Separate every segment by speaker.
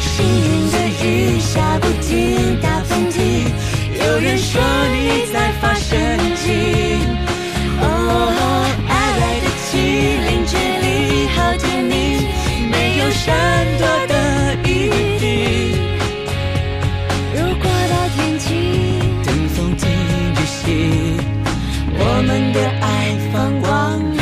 Speaker 1: 幸运的雨下不停，打喷嚏。有人说你在发神经。哦，爱来得及，邻居里好甜蜜，没有闪躲的余地。如果到天晴，等风停止息，我们的爱放光明。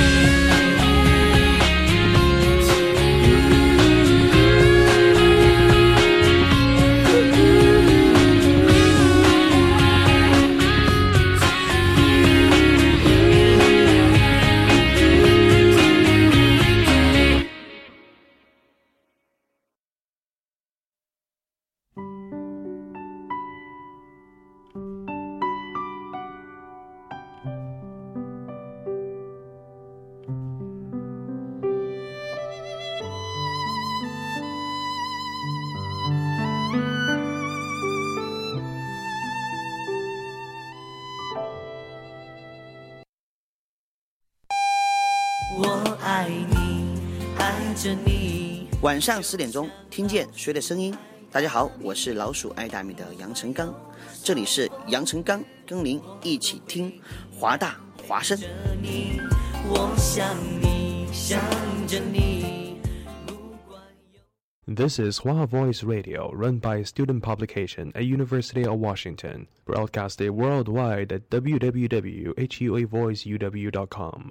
Speaker 1: 我爱你，爱着你。
Speaker 2: 晚上十点钟，听见谁的声音？大家好，我是老鼠爱大米的杨成刚，这里是杨成刚跟您一起听华大华声。
Speaker 1: 你，我想你，想着你。
Speaker 3: This is Hua Voice Radio, run by a student publication at University of Washington, broadcasted worldwide at www.huavoiceuw.com.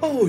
Speaker 4: 哦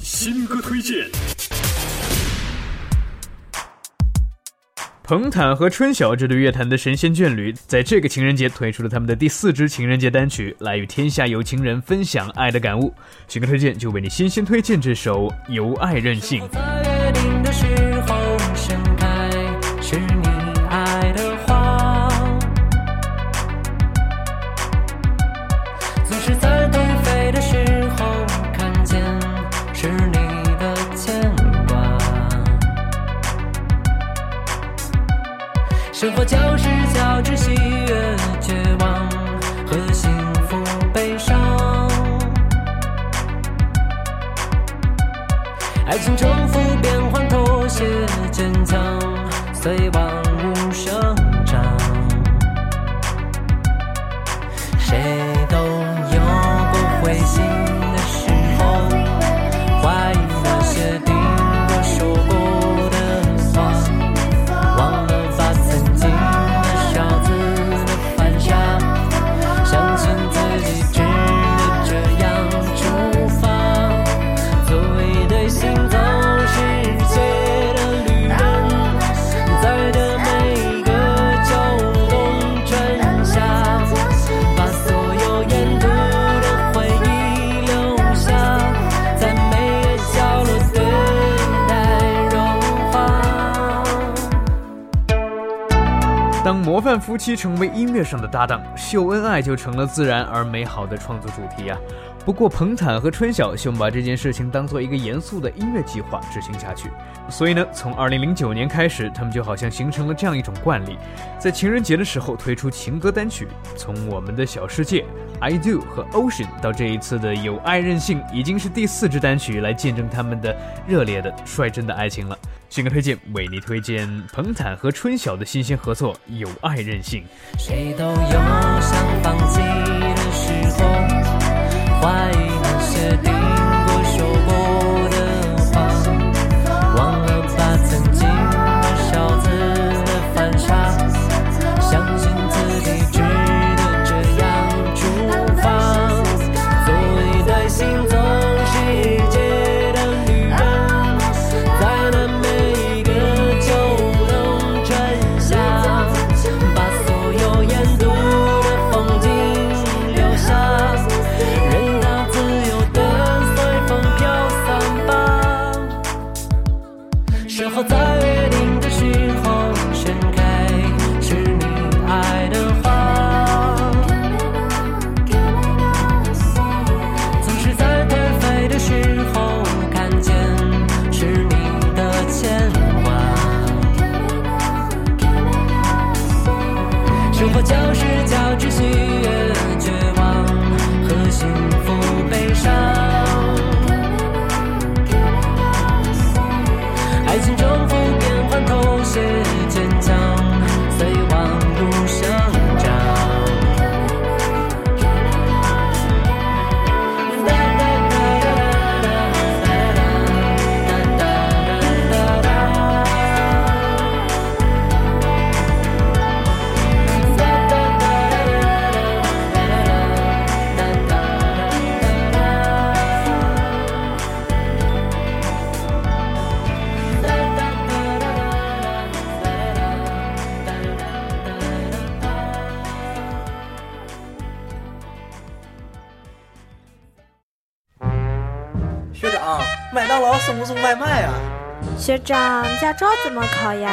Speaker 5: 新歌推荐。
Speaker 6: 彭坦和春晓这对乐坛的神仙眷侣，在这个情人节推出了他们的第四支情人节单曲，来与天下有情人分享爱的感悟。新歌推荐就为你先先推荐这首《由爱任性》。
Speaker 1: 在约定的时候盛开，是你爱的花。总是在颓废的时候看见，是你的牵挂。生活就是交织喜悦、绝望和幸福、悲伤。爱情重复变换妥协坚强，虽万物生长，谁都有过灰心的时候，怀疑那些顶多说过的话。忘了发曾经的笑子的犯傻，相信自己值得这样出发。所谓对行走世界的旅人，在这每个秋冬春夏，把所有沿途的回忆留下，在每个角落等待融化。
Speaker 6: 当模范夫妻成为音乐上的搭档，秀恩爱就成了自然而美好的创作主题啊。不过，彭坦和春晓希望把这件事情当做一个严肃的音乐计划执行下去。所以呢，从2009年开始，他们就好像形成了这样一种惯例，在情人节的时候推出情歌单曲。从《我们的小世界》、《I Do》和《Ocean》到这一次的《有爱任性》，已经是第四支单曲来见证他们的热烈的、率真的爱情了。迅哥推荐，为你推荐彭坦和春晓的新鲜合作《有爱任性》。
Speaker 1: 谁都有想放弃的时候，怀疑那些听过说过的话，忘了把曾经的笑子的犯傻，相信自己值得这样出发。所谓对行走世界的旅人，在那每一个秋冬春夏，把所有沿途的风景留下，任它自由的随风飘散吧。是否在约定的时候盛开是你爱的花？总是在颓废的时候看见是你的牵挂。生活就是交织喜悦、绝望和幸福、悲伤。爱情重复变换，妥协坚强，随往路生长。
Speaker 7: 学长，麦当劳送不送外卖啊？
Speaker 8: 学长，驾照怎么考呀？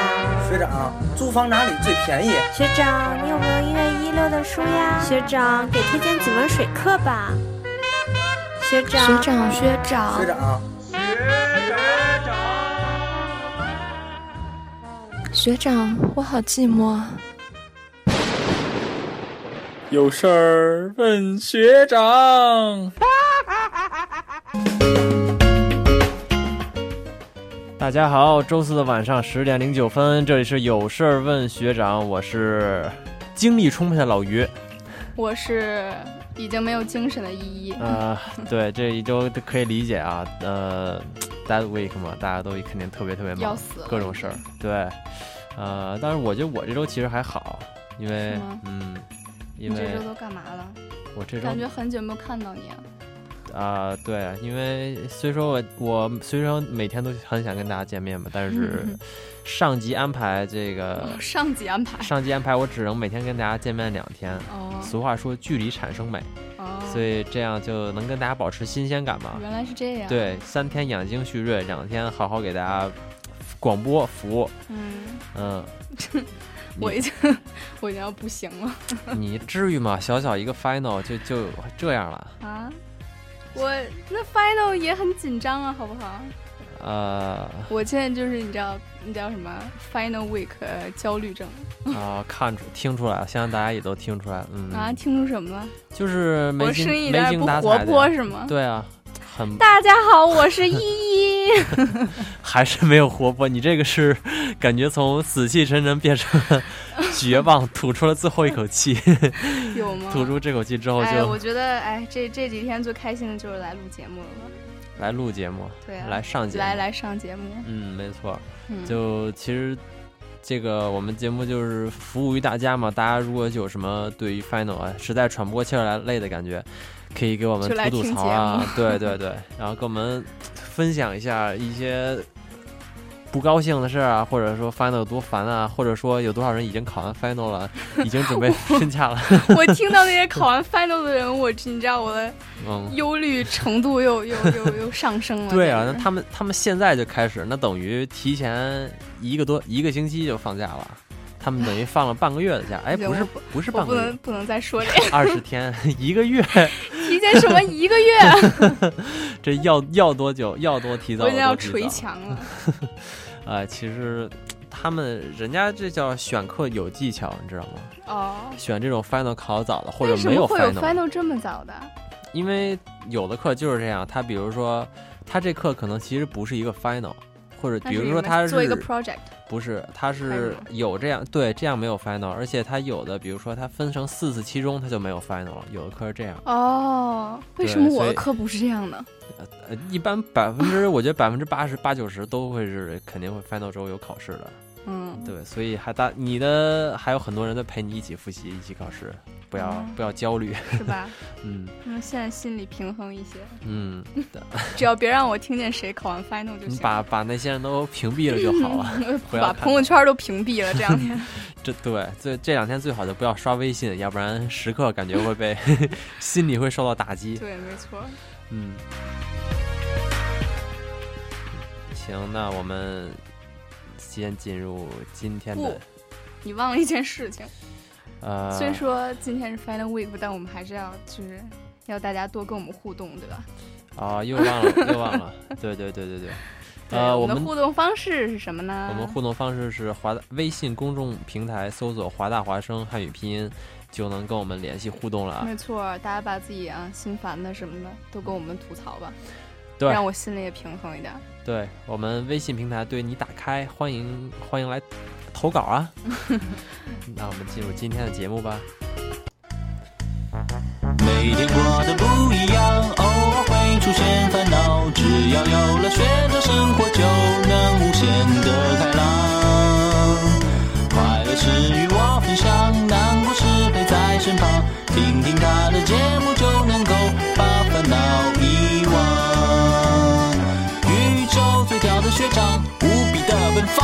Speaker 7: 学长，租房哪里最便宜？
Speaker 8: 学长，你有没有一月一六的书呀？学长，给推荐几门水课吧。学长，学长，学长
Speaker 7: 学长，
Speaker 9: 学长，我好寂寞。
Speaker 5: 有事儿问学长。大家好，周四的晚上十点零九分，这里是有事儿问学长，我是精力充沛的老于。
Speaker 10: 我是已经没有精神的依依。
Speaker 5: 呃， 对，这一周都可以理解啊，呃，that week 嘛，大家都肯定特别特别
Speaker 10: 要
Speaker 5: 忙，
Speaker 10: 死了，
Speaker 5: 各种事儿。对，呃，但是我觉得我这周其实还好，因
Speaker 10: 是
Speaker 5: 为
Speaker 10: 吗
Speaker 5: 嗯，因
Speaker 10: 你
Speaker 5: 为
Speaker 10: 这周都干嘛了？
Speaker 5: 我这周
Speaker 10: 感觉很久没有看到你了。
Speaker 5: 啊、对，因为虽说我我虽说每天都很想跟大家见面吧，但是 上级安排这个
Speaker 10: 哦上级安排。
Speaker 5: 呃上级安排我只能每天跟大家见面两天。
Speaker 10: 哦
Speaker 5: 俗话说距离产生美，
Speaker 10: 哦，
Speaker 5: 所以这样就能跟大家保持新鲜感嘛。
Speaker 10: 原来是这样。，
Speaker 5: 对，三天养精蓄锐，两天好好给大家广播服务。
Speaker 10: 嗯，
Speaker 5: 嗯，
Speaker 10: 我已经 我已经要不行了
Speaker 5: 你至于吗？小小一个 final 就就这样了。
Speaker 10: 啊！我那 final 也很紧张啊，好不好？
Speaker 5: 呃
Speaker 10: 我现在就是你知道那叫什么 final week 呃焦虑症
Speaker 5: 啊，看出听出来了，相信大家也都听出来了。嗯，
Speaker 10: 啊，听出什么了？
Speaker 5: 就是
Speaker 10: 我
Speaker 5: 没
Speaker 10: 声
Speaker 5: 精没
Speaker 10: 音有点
Speaker 5: 精
Speaker 10: 不
Speaker 5: 打
Speaker 10: 活
Speaker 5: 采的
Speaker 10: 泼
Speaker 5: 呀。
Speaker 10: 是吗？
Speaker 5: 对啊，
Speaker 1: 很
Speaker 11: 大家好，我是依依。
Speaker 1: 还是没有活泼。 你这个是感觉从死气沉沉变成了绝望，吐出了最后一口 气。
Speaker 10: 有吗？
Speaker 1: 吐出这口气之后就，
Speaker 10: 嗯哎，我觉得，哎，这这几天最开心的就是来录节目了。
Speaker 1: 来录节目，
Speaker 10: 对啊，
Speaker 1: 来上节目，
Speaker 10: 来来上节目。
Speaker 1: 嗯，没错。
Speaker 10: 嗯
Speaker 1: 就其实这个我们节目就是服务于大家嘛，大家如果有什么对于 final 啊实在喘不过气儿来累的感觉，可以给我们
Speaker 10: 就来
Speaker 1: 吐吐
Speaker 10: 听
Speaker 1: 槽
Speaker 10: 节
Speaker 1: 啊
Speaker 10: 目，
Speaker 1: 对对对，然后跟我们分享一下一些不高兴的事儿啊，或者说 final 有多烦啊，或者说有多少人已经考完 final 了，已经准备申假了，
Speaker 10: 我听到那些考完 final 的人，我 你知道我的
Speaker 1: 嗯。
Speaker 10: 忧虑程度又又又又上升了。
Speaker 1: 对啊，那他们他们现在就开始，那等于提前一个多一个星期就放假了，他们等于放了半个月的假，哎，
Speaker 10: 对
Speaker 1: 不是
Speaker 10: 我不
Speaker 1: 不是
Speaker 10: 我
Speaker 1: 半
Speaker 10: 不
Speaker 1: 个月啊
Speaker 10: 能，不能再说这 个，
Speaker 1: 二十天一个月，
Speaker 10: 提前什么一个 月，
Speaker 1: 这要要多久？要多提早？
Speaker 10: 我已经
Speaker 1: 多
Speaker 10: 要
Speaker 1: 提早
Speaker 10: 捶墙了。
Speaker 1: 啊、其实他们人家这叫选课有技巧，你知道吗？
Speaker 10: 哦，
Speaker 1: 选这种 final 考早 的或者
Speaker 10: 为什
Speaker 1: 没
Speaker 10: 么会有
Speaker 1: final，
Speaker 10: final 这么早的？
Speaker 1: 因为有的课就是这样，他比如说他这课可能其实不是一个 final，或者
Speaker 10: 它
Speaker 1: 比
Speaker 10: 是
Speaker 1: 如
Speaker 10: 一
Speaker 1: 说
Speaker 10: 个
Speaker 1: 他
Speaker 10: 做一个 project，
Speaker 1: 不是，它是有这样对这样没有 final，而且它有的，比如说它分成四次期中，它就没有 final 了。有的课是这样，
Speaker 10: 哦，为什
Speaker 1: 对
Speaker 10: 么我
Speaker 1: 所
Speaker 10: 的
Speaker 1: 以
Speaker 10: 课不是这样的？
Speaker 1: 呃，一般百分之我觉得百分之八十八九十都会是肯定会 final 之后有考试的。
Speaker 10: 嗯，
Speaker 1: 对，所以还大你的还有很多人在陪你一起复习，一起考试，不要、
Speaker 10: 嗯
Speaker 1: 不要焦虑，
Speaker 10: 是吧？
Speaker 1: 嗯
Speaker 10: 嗯，现在心里平衡一些，
Speaker 1: 嗯，
Speaker 10: 只要别让我听见谁考完 final 就
Speaker 1: 你
Speaker 10: 行。，
Speaker 1: 把把那些人都屏蔽了就好了 不要
Speaker 10: 把
Speaker 1: 看
Speaker 10: 朋友圈都屏蔽了，这两天
Speaker 1: 这对这这两天最好就不要刷微信，要不然时刻感觉会被 心里会受到打击。
Speaker 10: 对，没错。
Speaker 1: 嗯，行，那我们先进入今天
Speaker 10: 不
Speaker 1: 的，
Speaker 10: 你忘了一件事情。
Speaker 1: 呃，
Speaker 10: 虽说今天是 final week，但我们还是要就是要大家多跟我们互动，对吧？
Speaker 1: 啊、又忘了，又忘了，对对对对对，呃，
Speaker 10: 我
Speaker 1: 我
Speaker 10: 们的
Speaker 1: 们
Speaker 10: 互动方式是什么呢？
Speaker 1: 我们互动方式是华大微信公众平台搜索“华大华生汉语拼音”，就能跟我们联系互动了啊。
Speaker 10: 没错，大家把自己啊心烦的什么的都跟我们吐槽吧，
Speaker 1: 对
Speaker 10: 让我心里也平衡一点。
Speaker 1: 对我们微信平台对你打开，欢迎欢迎来投稿啊！那我们进入今天的节目吧。
Speaker 12: 每天过得不一样，偶尔会出现烦恼，只要有了学着生活，就能无限的开朗。快乐是与我分享，难过是陪在身旁，听听他的节目就能够把烦恼遗忘。宇宙最屌的学长，无比的奔放，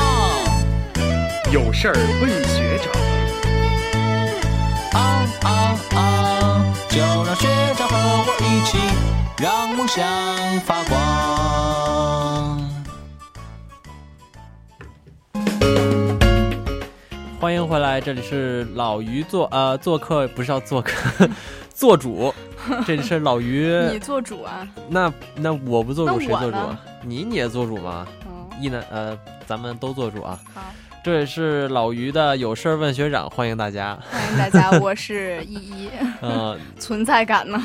Speaker 13: 有事儿问学长。
Speaker 12: 啊啊啊！就让学长和我一起，让梦想发光。
Speaker 1: 欢迎回来，这里是老于做呃做客，不是要做 客，做主，这里是老于。
Speaker 10: 你做主啊，
Speaker 1: 那那我不做主，谁
Speaker 10: 那我
Speaker 1: 做主啊
Speaker 10: 呢？
Speaker 1: 你你也做主吗？
Speaker 10: 嗯，
Speaker 1: 一男呃，咱们都做主啊。
Speaker 10: 好，
Speaker 1: 这里是老于的有事儿问学长，欢迎大家。
Speaker 10: 欢迎大家，我是依依，
Speaker 1: 呃
Speaker 10: 存在 感呢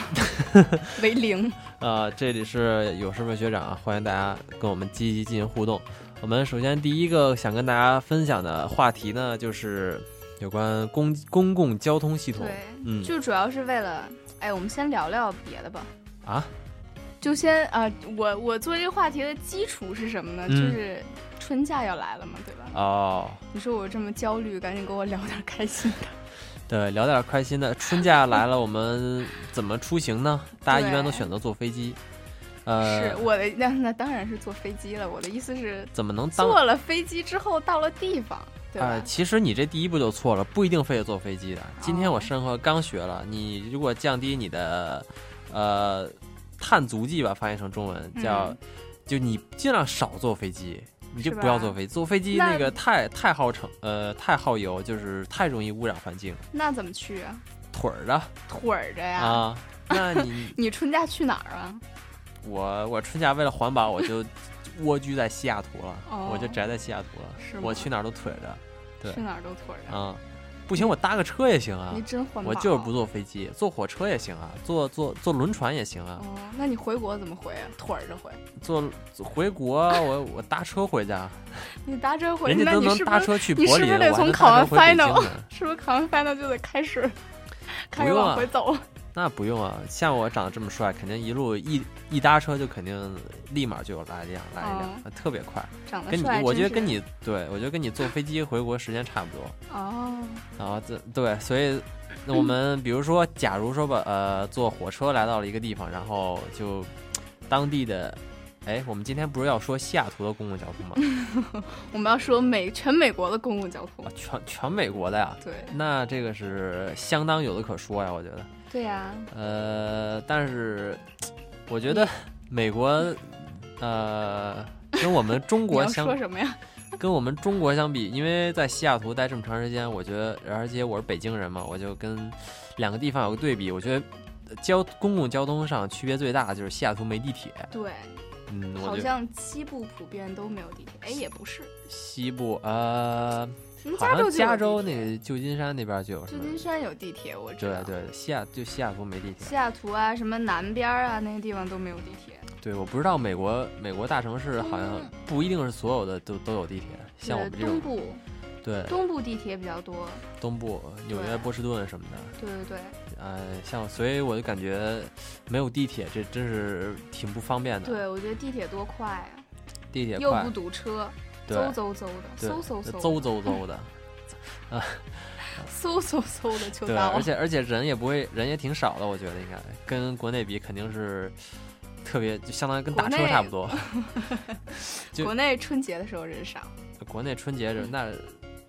Speaker 10: 为零。
Speaker 1: 呃，这里是有事问学长，欢迎大家跟我们积极进行互动。我们首先第一个想跟大家分享的话题呢，就是有关公公共交通系统
Speaker 10: 对，，
Speaker 1: 嗯
Speaker 10: 就主要是为了，哎，我们先聊聊别的吧。
Speaker 1: 啊，
Speaker 10: 就先啊、我我做这个话题的基础是什么呢？
Speaker 1: 嗯
Speaker 10: 就是春假要来了嘛，对吧？
Speaker 1: 哦，
Speaker 10: 你说我这么焦虑，赶紧给我聊点开心的。
Speaker 1: 对，聊点开心的。春假来了，我们怎么出行呢？大家一般都
Speaker 10: 对
Speaker 1: 选择坐飞机，呃
Speaker 10: 是，我的那那当然是坐飞机了。我的意思是，
Speaker 1: 怎么能当
Speaker 10: 坐了飞机之后到了地方，对吧？
Speaker 1: 哎，其实你这第一步就错了，不一定非得坐飞机的。今
Speaker 10: 哦
Speaker 1: 天我生活刚学了，你如果降低你的呃碳足迹吧，翻译成中文
Speaker 10: 嗯
Speaker 1: 叫，就你尽量少坐飞机，你就是
Speaker 10: 吧
Speaker 1: 不要坐飞机。坐飞机
Speaker 10: 那
Speaker 1: 那个太太耗成呃太耗油，就是太容易污染环境，
Speaker 10: 那怎么去啊？
Speaker 1: 腿儿的
Speaker 10: 腿儿着呀。
Speaker 1: 啊。那你
Speaker 10: 你春假去哪儿啊？
Speaker 1: 我我春假为了环保，我就 蜗居在西雅图了，
Speaker 10: 哦
Speaker 1: 我就宅在西雅图了
Speaker 10: 是，吗
Speaker 1: 我去哪儿都腿着，对，
Speaker 10: 去哪儿都腿儿着。
Speaker 1: 啊、不行，我搭个车也行啊
Speaker 10: 你。真环保。
Speaker 1: 我就是不坐飞机，坐火车也行啊，坐坐坐轮船也行啊，
Speaker 10: 哦，那你回国怎么回啊？腿儿着回？
Speaker 1: 坐坐回国我我搭车回家。
Speaker 10: 你搭车 回？
Speaker 1: 人家
Speaker 10: 那
Speaker 1: 都
Speaker 10: 你
Speaker 1: 能
Speaker 10: 是不
Speaker 1: 搭
Speaker 10: 是
Speaker 1: 车去
Speaker 10: 你
Speaker 1: 柏
Speaker 10: 是不是
Speaker 1: 林
Speaker 10: 得
Speaker 1: 我
Speaker 10: 从
Speaker 1: 能
Speaker 10: 考
Speaker 1: 搭
Speaker 10: 完
Speaker 1: 车回北
Speaker 10: final，
Speaker 1: 京 呢
Speaker 10: 是不是考完 final 就得开始开始
Speaker 1: 用
Speaker 10: 往
Speaker 1: 啊
Speaker 10: 回走？
Speaker 1: 那不用啊，像我长得这么帅，肯定一路一一搭车就肯定立马就有来一辆来一辆，特别快。
Speaker 10: 长得
Speaker 1: 跟你
Speaker 10: 哦帅，，
Speaker 1: 我觉得
Speaker 10: 真是
Speaker 1: 跟你对，我觉得跟你坐飞机回国时间差不多。
Speaker 10: 哦，
Speaker 1: 然后这对，所以那我们比如说，假如说吧，呃，坐火车来到了一个地方，然后就当地的，哎，我们今天不是要说西雅图的公共交通吗？
Speaker 10: 我们要说美全美国的公共交通。
Speaker 1: 全全美国的呀。
Speaker 10: 对
Speaker 1: 那这个是相当有的可说呀，我觉得。
Speaker 10: 对呀、
Speaker 1: 呃，但是我觉得
Speaker 10: 嗯
Speaker 1: 美国，呃，跟我们中
Speaker 10: 你
Speaker 1: 国
Speaker 10: 要
Speaker 1: 相
Speaker 10: 说什么呀？
Speaker 1: 跟我们中国相比，因为在西雅图待这么长时间，我觉得，而且我是北京人嘛，我就跟两个地方有个对比，我觉得呃交公共交通上区别最大的就是西雅图没地铁。
Speaker 10: 对，
Speaker 1: 嗯，我
Speaker 10: 好
Speaker 1: 觉得
Speaker 10: 像西部普遍都没有地铁，哎，也不是，
Speaker 1: 西部呃
Speaker 10: 嗯，
Speaker 1: 好
Speaker 10: 加州就
Speaker 1: 像
Speaker 10: 有
Speaker 1: 加州
Speaker 10: 地铁
Speaker 1: 那个旧金山那边就有什
Speaker 10: 旧
Speaker 1: 么？
Speaker 10: 金山有地铁，我知
Speaker 1: 对
Speaker 10: 道。
Speaker 1: 对，西雅就西雅图没地铁。
Speaker 10: 西雅图啊，什么南边啊，那些地方都没有地铁。哦
Speaker 1: 对，我不知道美国美国大城市好像不一定是所有的都都有地铁，像我
Speaker 10: 嗯对，
Speaker 1: 们这种
Speaker 10: 东部，
Speaker 1: 对
Speaker 10: 东部地铁比较多。
Speaker 1: 东部纽约、
Speaker 10: 对
Speaker 1: 波士顿什么的。
Speaker 10: 对对对，
Speaker 1: 呃，像所以我就感觉没有地铁，这真是挺不方便的。
Speaker 10: 对我觉得地铁多快啊，
Speaker 1: 地铁
Speaker 10: 又
Speaker 1: 快
Speaker 10: 不，堵车，
Speaker 1: 对
Speaker 10: 嗖嗖嗖的，
Speaker 1: 对，
Speaker 10: 嗖嗖嗖，
Speaker 1: 嗖嗖嗖的，啊，
Speaker 10: 嗖嗖嗖的就
Speaker 1: 对，
Speaker 10: 到。
Speaker 1: 而且而且人也不会，人也挺少的，我觉得应该跟国内比肯定是特别，就相当于跟
Speaker 10: 国
Speaker 1: 打车
Speaker 10: 内
Speaker 1: 差 不多。就
Speaker 10: 国内春节的时候人少，
Speaker 1: 国内春节这那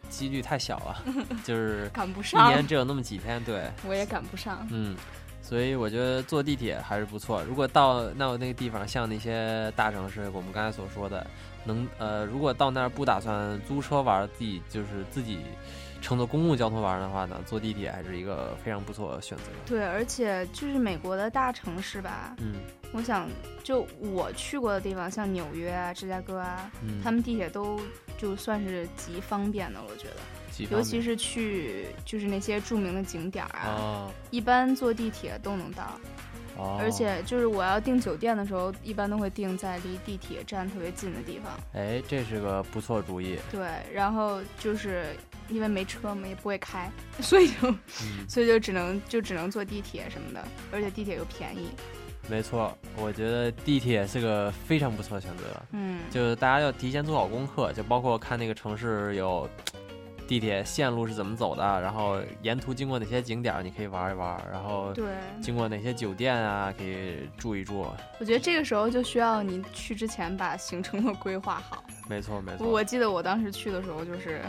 Speaker 1: 几率太小了，就是
Speaker 10: 赶不上
Speaker 1: 一年只有那么几天，对，
Speaker 10: 我也赶不上。
Speaker 1: 嗯，所以我觉得坐地铁还是不错。如果到那我那个地方，像那些大城市，我们刚才所说的，能呃，如果到那儿不打算租车玩，自己就是自己乘坐公共交通玩的话呢，坐地铁还是一个非常不错的选择。
Speaker 10: 对，而且就是美国的大城市吧，
Speaker 1: 嗯，
Speaker 10: 我想就我去过的地方，像纽约啊、芝加哥啊，
Speaker 1: 嗯
Speaker 10: 他们地铁都就算是极方便的，我觉
Speaker 1: 极
Speaker 10: 得，
Speaker 1: 方
Speaker 10: 尤其
Speaker 1: 便
Speaker 10: 是去就是那些著名的景点儿啊，
Speaker 1: 哦
Speaker 10: 一般坐地铁都能到。
Speaker 1: 哦，
Speaker 10: 而且就是我要订酒店的时候，一般都会订在离地铁站特别近的地方。
Speaker 1: 哎，这是个不错主意。
Speaker 10: 对，然后就是因为没车嘛，也不会开， 所以就、
Speaker 1: 嗯
Speaker 10: 所以就只能就只能坐地铁什么的，而且地铁又便宜。
Speaker 1: 没错，我觉得地铁是个非常不错的选择。
Speaker 10: 嗯
Speaker 1: 就是大家要提前做好功课，就包括看那个城市有地铁线路是怎么走的，然后沿途经过哪些景点儿你可以玩一玩，然后
Speaker 10: 对
Speaker 1: 经过哪些酒店啊可以住一住。
Speaker 10: 我觉得这个时候就需要你去之前把行程都规划好。
Speaker 1: 没错没错，
Speaker 10: 我记得我当时去的时候就是。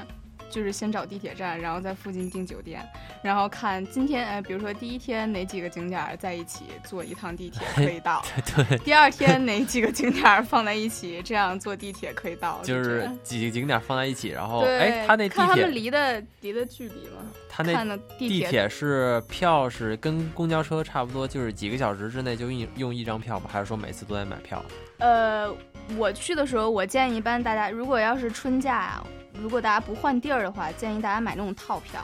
Speaker 10: 就是先找地铁站，然后在附近订酒店，然后看今天，呃，比如说第一天哪几个景点儿在一起坐一趟地铁可以到，
Speaker 1: 对，
Speaker 10: 第二天哪几个景点儿放在一起，这样坐地铁可以到。
Speaker 1: 就是几个景点儿放在一起，然后
Speaker 10: 对，
Speaker 1: 哎，他那地
Speaker 10: 看他们
Speaker 1: 铁，
Speaker 10: 离的离的距离嘛，
Speaker 1: 他
Speaker 10: 看
Speaker 1: 那
Speaker 10: 的地铁
Speaker 1: 铁是票是跟公交车差不多，就是几个小时之内就用用一张票吧，还是说每次都在买票？
Speaker 10: 呃，我去的时候，我建议一般大家，如果要是春假啊，如果大家不换地儿的话，建议大家买那种套票。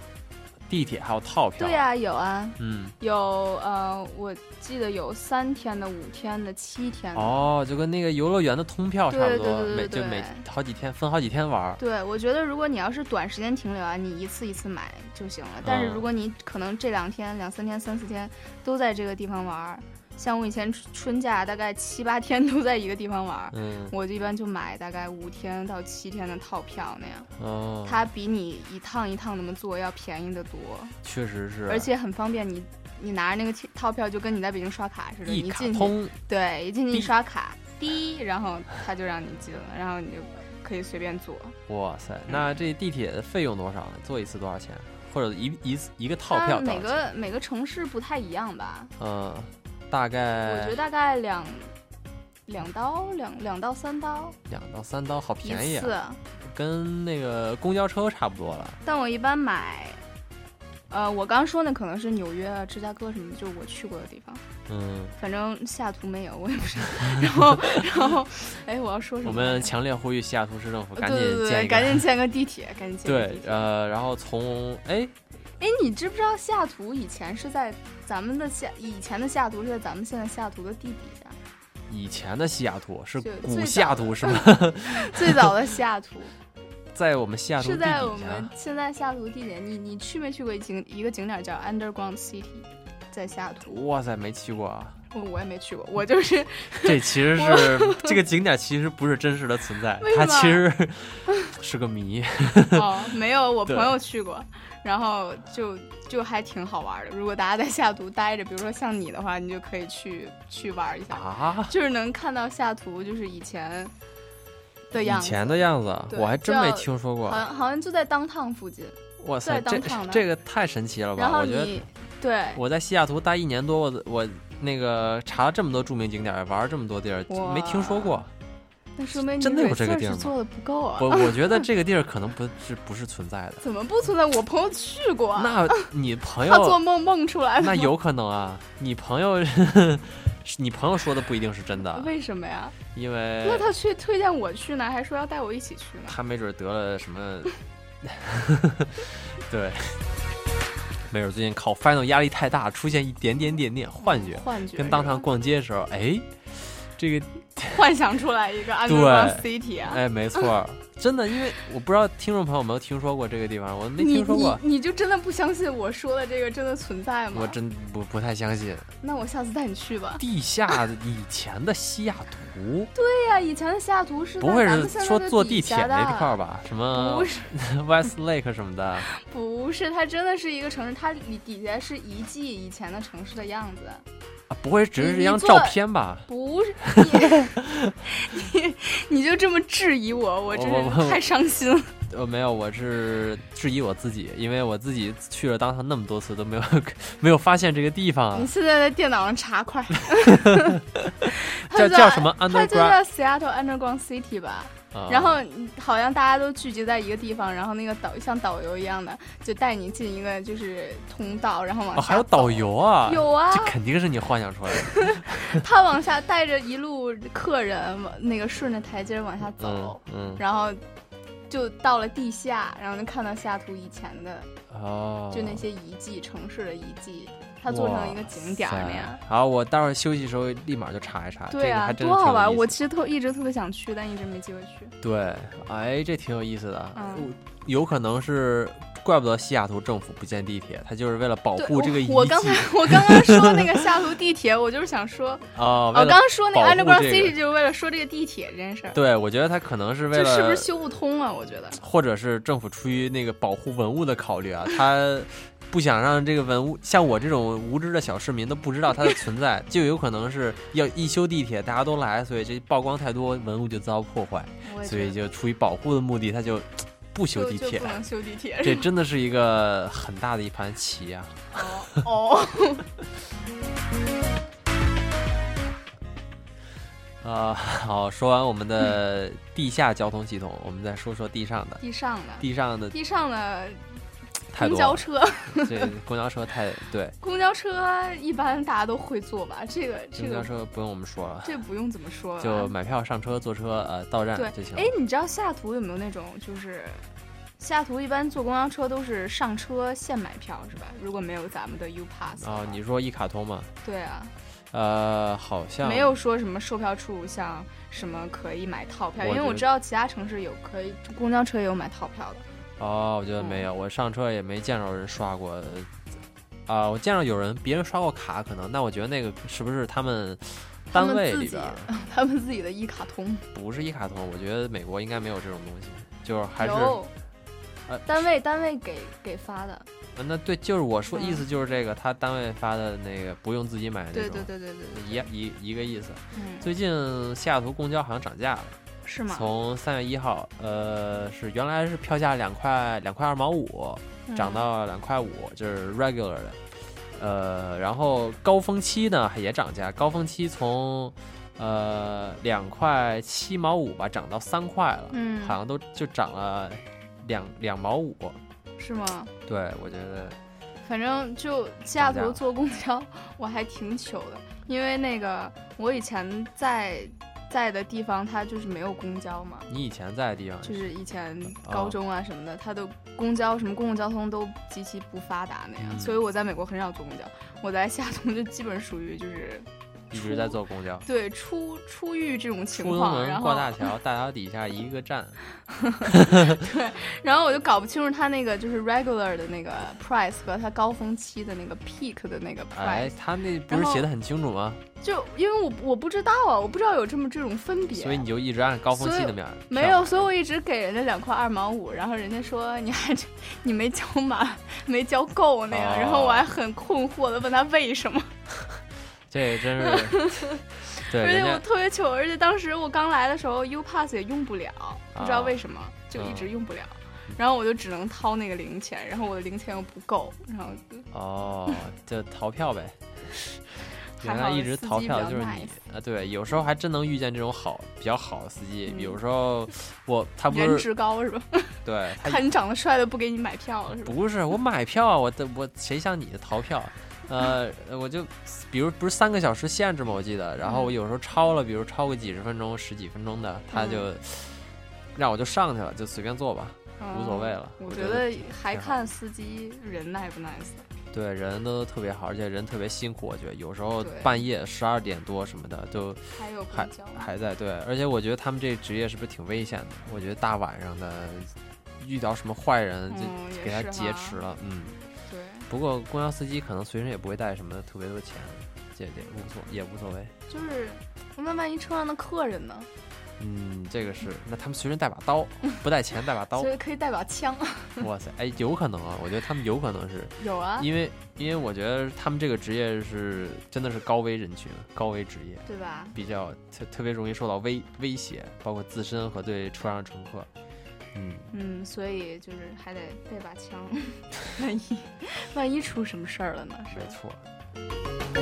Speaker 1: 地铁还有套票？
Speaker 10: 对呀、有啊，
Speaker 1: 嗯，
Speaker 10: 有呃，我记得有三天的、五天的、七天的。
Speaker 1: 哦，就跟那个游乐园的通票差不
Speaker 10: 对对
Speaker 1: 多，
Speaker 10: 对对
Speaker 1: 每就
Speaker 10: 对
Speaker 1: 每好几天分好几天玩儿。
Speaker 10: 对，我觉得如果你要是短时间停留啊，你一次一次买就行了。但是
Speaker 1: 嗯
Speaker 10: 如果你可能这两天、两三天、三四天都在这个地方玩儿，像我以前春春假大概七八天都在一个地方玩儿，
Speaker 1: 嗯
Speaker 10: 我就一般就买大概五天到七天的套票那样，
Speaker 1: 哦，
Speaker 10: 它比你一趟一趟那么做要便宜得多，
Speaker 1: 确实是，
Speaker 10: 而且很方便你。你拿着那个套票，就跟你在北京刷卡似的，
Speaker 1: 一
Speaker 10: 你一
Speaker 1: 卡
Speaker 10: 进
Speaker 1: 通
Speaker 10: 去，对，一进去你刷卡，滴，然后他就让你进了，然后你就可以随便坐。
Speaker 1: 哇
Speaker 10: 嗯
Speaker 1: 塞，那这地铁的费用多少呢？坐一次多少钱？或者一一次一个套
Speaker 10: 它
Speaker 1: 票多少钱？
Speaker 10: 每个每个城市不太一样吧？
Speaker 1: 嗯，大
Speaker 10: 我觉
Speaker 1: 概
Speaker 10: 得大概两两刀两两到三刀
Speaker 1: 两到三刀，好
Speaker 10: 一
Speaker 1: 便宜
Speaker 10: 次，
Speaker 1: 啊，跟那个公交车差不多了。嗯
Speaker 10: 但我一般买。呃，我刚说那可能是纽约、啊、芝加哥什么的，就我去过的地方。
Speaker 1: 嗯，
Speaker 10: 反正西雅图没有，我也不知道。然后，然后，哎，我要说什么？
Speaker 1: 我们强烈呼吁西雅图市政府
Speaker 10: 呃
Speaker 1: 赶
Speaker 10: 对
Speaker 1: 紧
Speaker 10: 对对
Speaker 1: 建一个，
Speaker 10: 对，赶紧建个地铁，赶紧建个地
Speaker 1: 对
Speaker 10: 铁。，
Speaker 1: 呃，然后从哎，
Speaker 10: 哎，你知不知道西雅图以前是在咱们的西以前的西雅图是在咱们现在西雅图的地底下？
Speaker 1: 以前的西雅图是
Speaker 10: 对
Speaker 1: 古
Speaker 10: 最
Speaker 1: 西雅
Speaker 10: 早
Speaker 1: 图
Speaker 10: 的
Speaker 1: 是吗？
Speaker 10: 最早的西雅图
Speaker 1: 在我们西雅图
Speaker 10: 是
Speaker 1: 地
Speaker 10: 在我
Speaker 1: 底
Speaker 10: 们
Speaker 1: 下。
Speaker 10: 现在西雅图地点。你你去没去过一景一个景点叫 Underground City，在西雅图？
Speaker 1: 哇塞，没去过 啊！
Speaker 10: 我我也没去过，我就是
Speaker 1: 这其实是
Speaker 10: 我
Speaker 1: 这个景点其实不是真实的存在
Speaker 10: 为，
Speaker 1: 它
Speaker 10: 什么
Speaker 1: 其实是个谜。
Speaker 10: 哦，没有，我朋
Speaker 1: 对
Speaker 10: 友去过，然后就就还挺好玩的。如果大家在西雅图待着，比如说像你的话，你就可以去去玩一下，
Speaker 1: 啊
Speaker 10: 就是能看到西雅图就是以前的
Speaker 1: 以
Speaker 10: 样子。
Speaker 1: 前的样子，
Speaker 10: 对
Speaker 1: 我还真没
Speaker 10: 叫
Speaker 1: 听说过
Speaker 10: 好。像好像就在当趟附近，
Speaker 1: 哇塞，
Speaker 10: 在
Speaker 1: 这
Speaker 10: 当趟呢。
Speaker 1: 这个太神奇了吧
Speaker 10: 然！后
Speaker 1: 我觉得
Speaker 10: 你对，
Speaker 1: 我在西雅图待一年多，我我那个查了这么多著名景点，玩了这么多地儿，
Speaker 10: 哇
Speaker 1: 没听说过。
Speaker 10: 那说明你
Speaker 1: 真的有这个
Speaker 10: research
Speaker 1: 地儿吗
Speaker 10: 做的不够啊。
Speaker 1: 我我觉得这个地儿可能不是不是存在的。
Speaker 10: 怎么不存在？我朋友去过啊，
Speaker 1: 那你朋
Speaker 10: 他做
Speaker 1: 友
Speaker 10: 梦梦出来的吗。
Speaker 1: 那有可能啊，你朋友 是你朋友说的不一定是真的，
Speaker 10: 为什么呀？
Speaker 1: 因为
Speaker 10: 那他去推荐我去呢，还说要带我一起去呢。
Speaker 1: 他没准得了什 么，对，没准最近考 final 压力太大，出现一点点点点幻觉，
Speaker 10: 幻觉
Speaker 1: 跟当场逛街的时候，哎，这个
Speaker 10: 幻想出来一个
Speaker 1: 对
Speaker 10: Underground City 啊！
Speaker 1: 哎，没错儿，真的，因为我不知道听众朋友有没有听说过这个地方，我没
Speaker 10: 你
Speaker 1: 听说过，
Speaker 10: 你你就真的不相信我说的这个真的存在
Speaker 1: 我
Speaker 10: 吗？
Speaker 1: 真不不太相信。
Speaker 10: 那我下次带你去吧。
Speaker 1: 地下的以前的西雅图，
Speaker 10: 对呀、以前的西雅图是在
Speaker 1: 不会
Speaker 10: 咱
Speaker 1: 是
Speaker 10: 们现在
Speaker 1: 说
Speaker 10: 的
Speaker 1: 坐
Speaker 10: 底
Speaker 1: 地铁
Speaker 10: 下
Speaker 1: 那
Speaker 10: 的
Speaker 1: 块儿？嗯吧？什么
Speaker 10: 不是
Speaker 1: West Lake 什么 的？啊
Speaker 10: 不是，它真的是一个城市，它里底下是遗迹以前的城市的样子。
Speaker 1: 啊不会只
Speaker 10: 你
Speaker 1: 是
Speaker 10: 你
Speaker 1: 一张
Speaker 10: 坐
Speaker 1: 照片吧？
Speaker 10: 不是你， 你你就这么质疑我，我真
Speaker 1: 我我
Speaker 10: 是太伤心了。
Speaker 1: 呃，没有，我是质疑我自己，因为我自己去了当场那么多次都没有 没有发现这个地方啊
Speaker 10: 你，现在在电脑上查快，它
Speaker 1: 叫
Speaker 10: 就
Speaker 1: 叫什 么
Speaker 10: 它就叫
Speaker 1: Underground
Speaker 10: Seattle Underground City 吧。
Speaker 1: 啊
Speaker 10: 然后你好像大家都聚集在一个地方，然后那个导像导游一样的，就带你进一个就是通道，然后往
Speaker 1: 哦，还
Speaker 10: 下。
Speaker 1: 有导游啊，
Speaker 10: 有啊
Speaker 1: 这肯定是你幻想出来的。
Speaker 10: 他往下带着一路客人往那个顺着台阶往下走，
Speaker 1: 嗯嗯
Speaker 10: 然后就到了地下，然后就看到西雅图以前的
Speaker 1: 哦，
Speaker 10: 就那些遗迹、城市的遗迹，它做成一个景点儿那样。。
Speaker 1: 好，我待会儿休息的时候立马就查一查，
Speaker 10: 对
Speaker 1: 这个
Speaker 10: 啊，
Speaker 1: 还真
Speaker 10: 多好玩！
Speaker 1: 挺有
Speaker 10: 我
Speaker 1: 意思
Speaker 10: 其实特一直特别想去，但一直没机会去。
Speaker 1: 对，哎，这挺有意思的，
Speaker 10: 嗯，
Speaker 1: 有可能是。怪不得西雅图政府不建地铁，他就是为了保
Speaker 10: 对
Speaker 1: 护这个遗迹。
Speaker 10: 我我刚才我刚刚说那个西雅图地铁，我就是想说，
Speaker 1: 哦，为
Speaker 10: 我
Speaker 1: 了
Speaker 10: 刚刚说那
Speaker 1: 保护
Speaker 10: Underground
Speaker 1: 这个
Speaker 10: City 就是为了说这个地铁这件事儿。
Speaker 1: 对，我觉得他可能是为
Speaker 10: 这
Speaker 1: 了，
Speaker 10: 是不是修不通啊？我觉得
Speaker 1: 或者是政府出于那个保护文物的考虑啊， 他不想让这个文物像我这种无知的小市民都不知道它的存在，就有可能是要一修地铁大家都来，所以这曝光太多，文物就遭破坏，
Speaker 10: 我也
Speaker 1: 所
Speaker 10: 觉
Speaker 1: 以
Speaker 10: 得
Speaker 1: 就出于保护的目的，他就不修
Speaker 10: 就
Speaker 1: 地
Speaker 10: 就
Speaker 1: 铁
Speaker 10: 不。能修地铁。
Speaker 1: 这真的是一个很大的一盘棋啊！
Speaker 10: 哦，
Speaker 1: 啊、好，说完我们的地下交通系统，我们再说说地上的。
Speaker 10: 地上的
Speaker 1: 地上的
Speaker 10: 地上的
Speaker 1: 太
Speaker 10: 公
Speaker 1: 多
Speaker 10: 交
Speaker 1: 了
Speaker 10: 车，
Speaker 1: 这公交车太 对，
Speaker 10: 公交车一般大家都会坐吧？这个这
Speaker 1: 公交
Speaker 10: 个
Speaker 1: 车不用我们说了，
Speaker 10: 这不用怎么说了，
Speaker 1: 就买票上车坐车呃到站
Speaker 10: 对
Speaker 1: 就行。，
Speaker 10: 哎，你知道西雅图有没有那种就是？西雅图一般坐公交车都是上车现买票是吧？如果没有咱们的 U Pass，、
Speaker 1: 啊、你说一卡通嘛？
Speaker 10: 对啊，
Speaker 1: 呃，好像
Speaker 10: 没有说什么售票处像什么可以买套票，
Speaker 1: 我
Speaker 10: 因为
Speaker 1: 觉
Speaker 10: 我
Speaker 1: 得
Speaker 10: 知道其他城市有可以公交车也有买套票的。
Speaker 1: 哦，我觉得没有，我上车也没见着人刷过。呃啊、我见着有人别人刷过卡，可能那我觉得那个是不是他们
Speaker 10: 他
Speaker 1: 单
Speaker 10: 们
Speaker 1: 位
Speaker 10: 自
Speaker 1: 里
Speaker 10: 己
Speaker 1: 边儿
Speaker 10: 他们自己的一卡通
Speaker 1: 不是一卡通？我觉得呃美国应该没有这种东西，就是还是
Speaker 10: 有
Speaker 1: 呃
Speaker 10: 单位单位给给发的，嗯
Speaker 1: 呃那对，就是我说意思就是这个，他单位发的那个不用自己买那种，
Speaker 10: 对对对对对对，
Speaker 1: 一样一一个意思。
Speaker 10: 嗯
Speaker 1: 最近西雅图公交好像涨价了。
Speaker 10: 是吗？
Speaker 1: 从三月一号，呃，是原来是票价两块两块二毛五，
Speaker 10: 嗯
Speaker 1: 涨到两块五，就是 regular 的。呃，然后高峰期呢也涨价，高峰期从呃两块七毛五吧涨到三块了，
Speaker 10: 嗯
Speaker 1: 好像都就涨了两两毛五。
Speaker 10: 是吗？
Speaker 1: 对，我觉得
Speaker 10: 反正就西雅
Speaker 1: 涨价
Speaker 10: 图
Speaker 1: 了
Speaker 10: 坐公交，我还挺糗的，因为那个我以前在在的地方它就是没有公交嘛，
Speaker 1: 你哦以前在的地方
Speaker 10: 就是以前高中啊什么的，它的公交什么公共交通都极其不发达那样，
Speaker 1: 嗯
Speaker 10: 所以我在美国很少坐公交，我在夏东就基本属于就是
Speaker 1: 一直在坐公交。
Speaker 10: 对出出狱这种情
Speaker 1: 初中
Speaker 10: 况，然
Speaker 1: 门
Speaker 10: 后
Speaker 1: 过大桥，大桥底下一个 站，
Speaker 10: 对，然后我就搞不清楚它那个就是 regular 的那个 price 和它高峰期的那个 peak 的那个 price，、
Speaker 1: 哎，他那不是
Speaker 10: 然后
Speaker 1: 写的很清楚吗？
Speaker 10: 就因为我我不知道啊，我不知道有这么这种分别，
Speaker 1: 所以你就一直按高峰期的面儿
Speaker 10: 所以。没有，所以我一直给人家两块二毛五，然后人家说你还 你没交满，没交够那样，
Speaker 1: 哦
Speaker 10: 然后我还很困惑的问他为什么，
Speaker 1: 这真是， 对
Speaker 10: 而且
Speaker 1: 人
Speaker 10: 我
Speaker 1: 家
Speaker 10: 特别糗，而且当时我刚来的时候 U Pass 也用不了，不
Speaker 1: 哦
Speaker 10: 知道为什么就一
Speaker 1: 嗯
Speaker 10: 直用不了，然后我就只能掏那个零钱，然后我的零钱又不够，然后
Speaker 1: 哦，就逃票呗。
Speaker 10: 还
Speaker 1: 原来
Speaker 10: 好
Speaker 1: 一直
Speaker 10: 司
Speaker 1: 逃
Speaker 10: 机
Speaker 1: 票
Speaker 10: 比较
Speaker 1: 就是你啊，对，有时候还真能遇见这种好比较好的司机，有
Speaker 10: 嗯
Speaker 1: 时候我他不
Speaker 10: 人
Speaker 1: 是
Speaker 10: 值高是吧？
Speaker 1: 对他
Speaker 10: 看你长得帅的不给你买票是吧？
Speaker 1: 不是我买票啊，我的我谁像你的逃票？呃，我就比如不是三个小时限制吗？我记得，然后我有时候超了，比如超个几十分钟、十几分钟的，他就
Speaker 10: 嗯
Speaker 1: 让我就上去了，就随便坐吧，无所谓了。
Speaker 10: 嗯我
Speaker 1: 我
Speaker 10: 觉得还
Speaker 1: 挺好
Speaker 10: 看司机人 nice 不 nice。
Speaker 1: 对人都特别好，而且人特别辛苦。我觉得有时候
Speaker 10: 对
Speaker 1: 半夜十二点多什么的都
Speaker 10: 还有公
Speaker 1: 还
Speaker 10: 交啊
Speaker 1: 还在对，而且我觉得他们这职业是不是挺危险的？我觉得大晚上的遇到什么坏人
Speaker 10: 嗯
Speaker 1: 就
Speaker 10: 也
Speaker 1: 给他
Speaker 10: 是
Speaker 1: 劫
Speaker 10: 哈
Speaker 1: 持了，嗯。
Speaker 10: 对，
Speaker 1: 不过公交司机可能随身也不会带什么特别多钱，这也无所也无所谓。
Speaker 10: 就是那万一车上的客人呢？
Speaker 1: 嗯，这个是。那他们随身带把刀，不带钱带把刀
Speaker 10: 所。以可以带把枪。啊
Speaker 1: 哇塞，哎，有可能啊，我觉得他们有可能是，
Speaker 10: 有啊，
Speaker 1: 因为因为我觉得他们这个职业是真的是高危人群，高危职业，
Speaker 10: 对吧
Speaker 1: 比较特特别容易受到威威胁，包括自身和对车上乘客。嗯，
Speaker 10: 嗯，所以就是还得带把枪， 万一万一出什么事儿了呢？是
Speaker 1: 没错。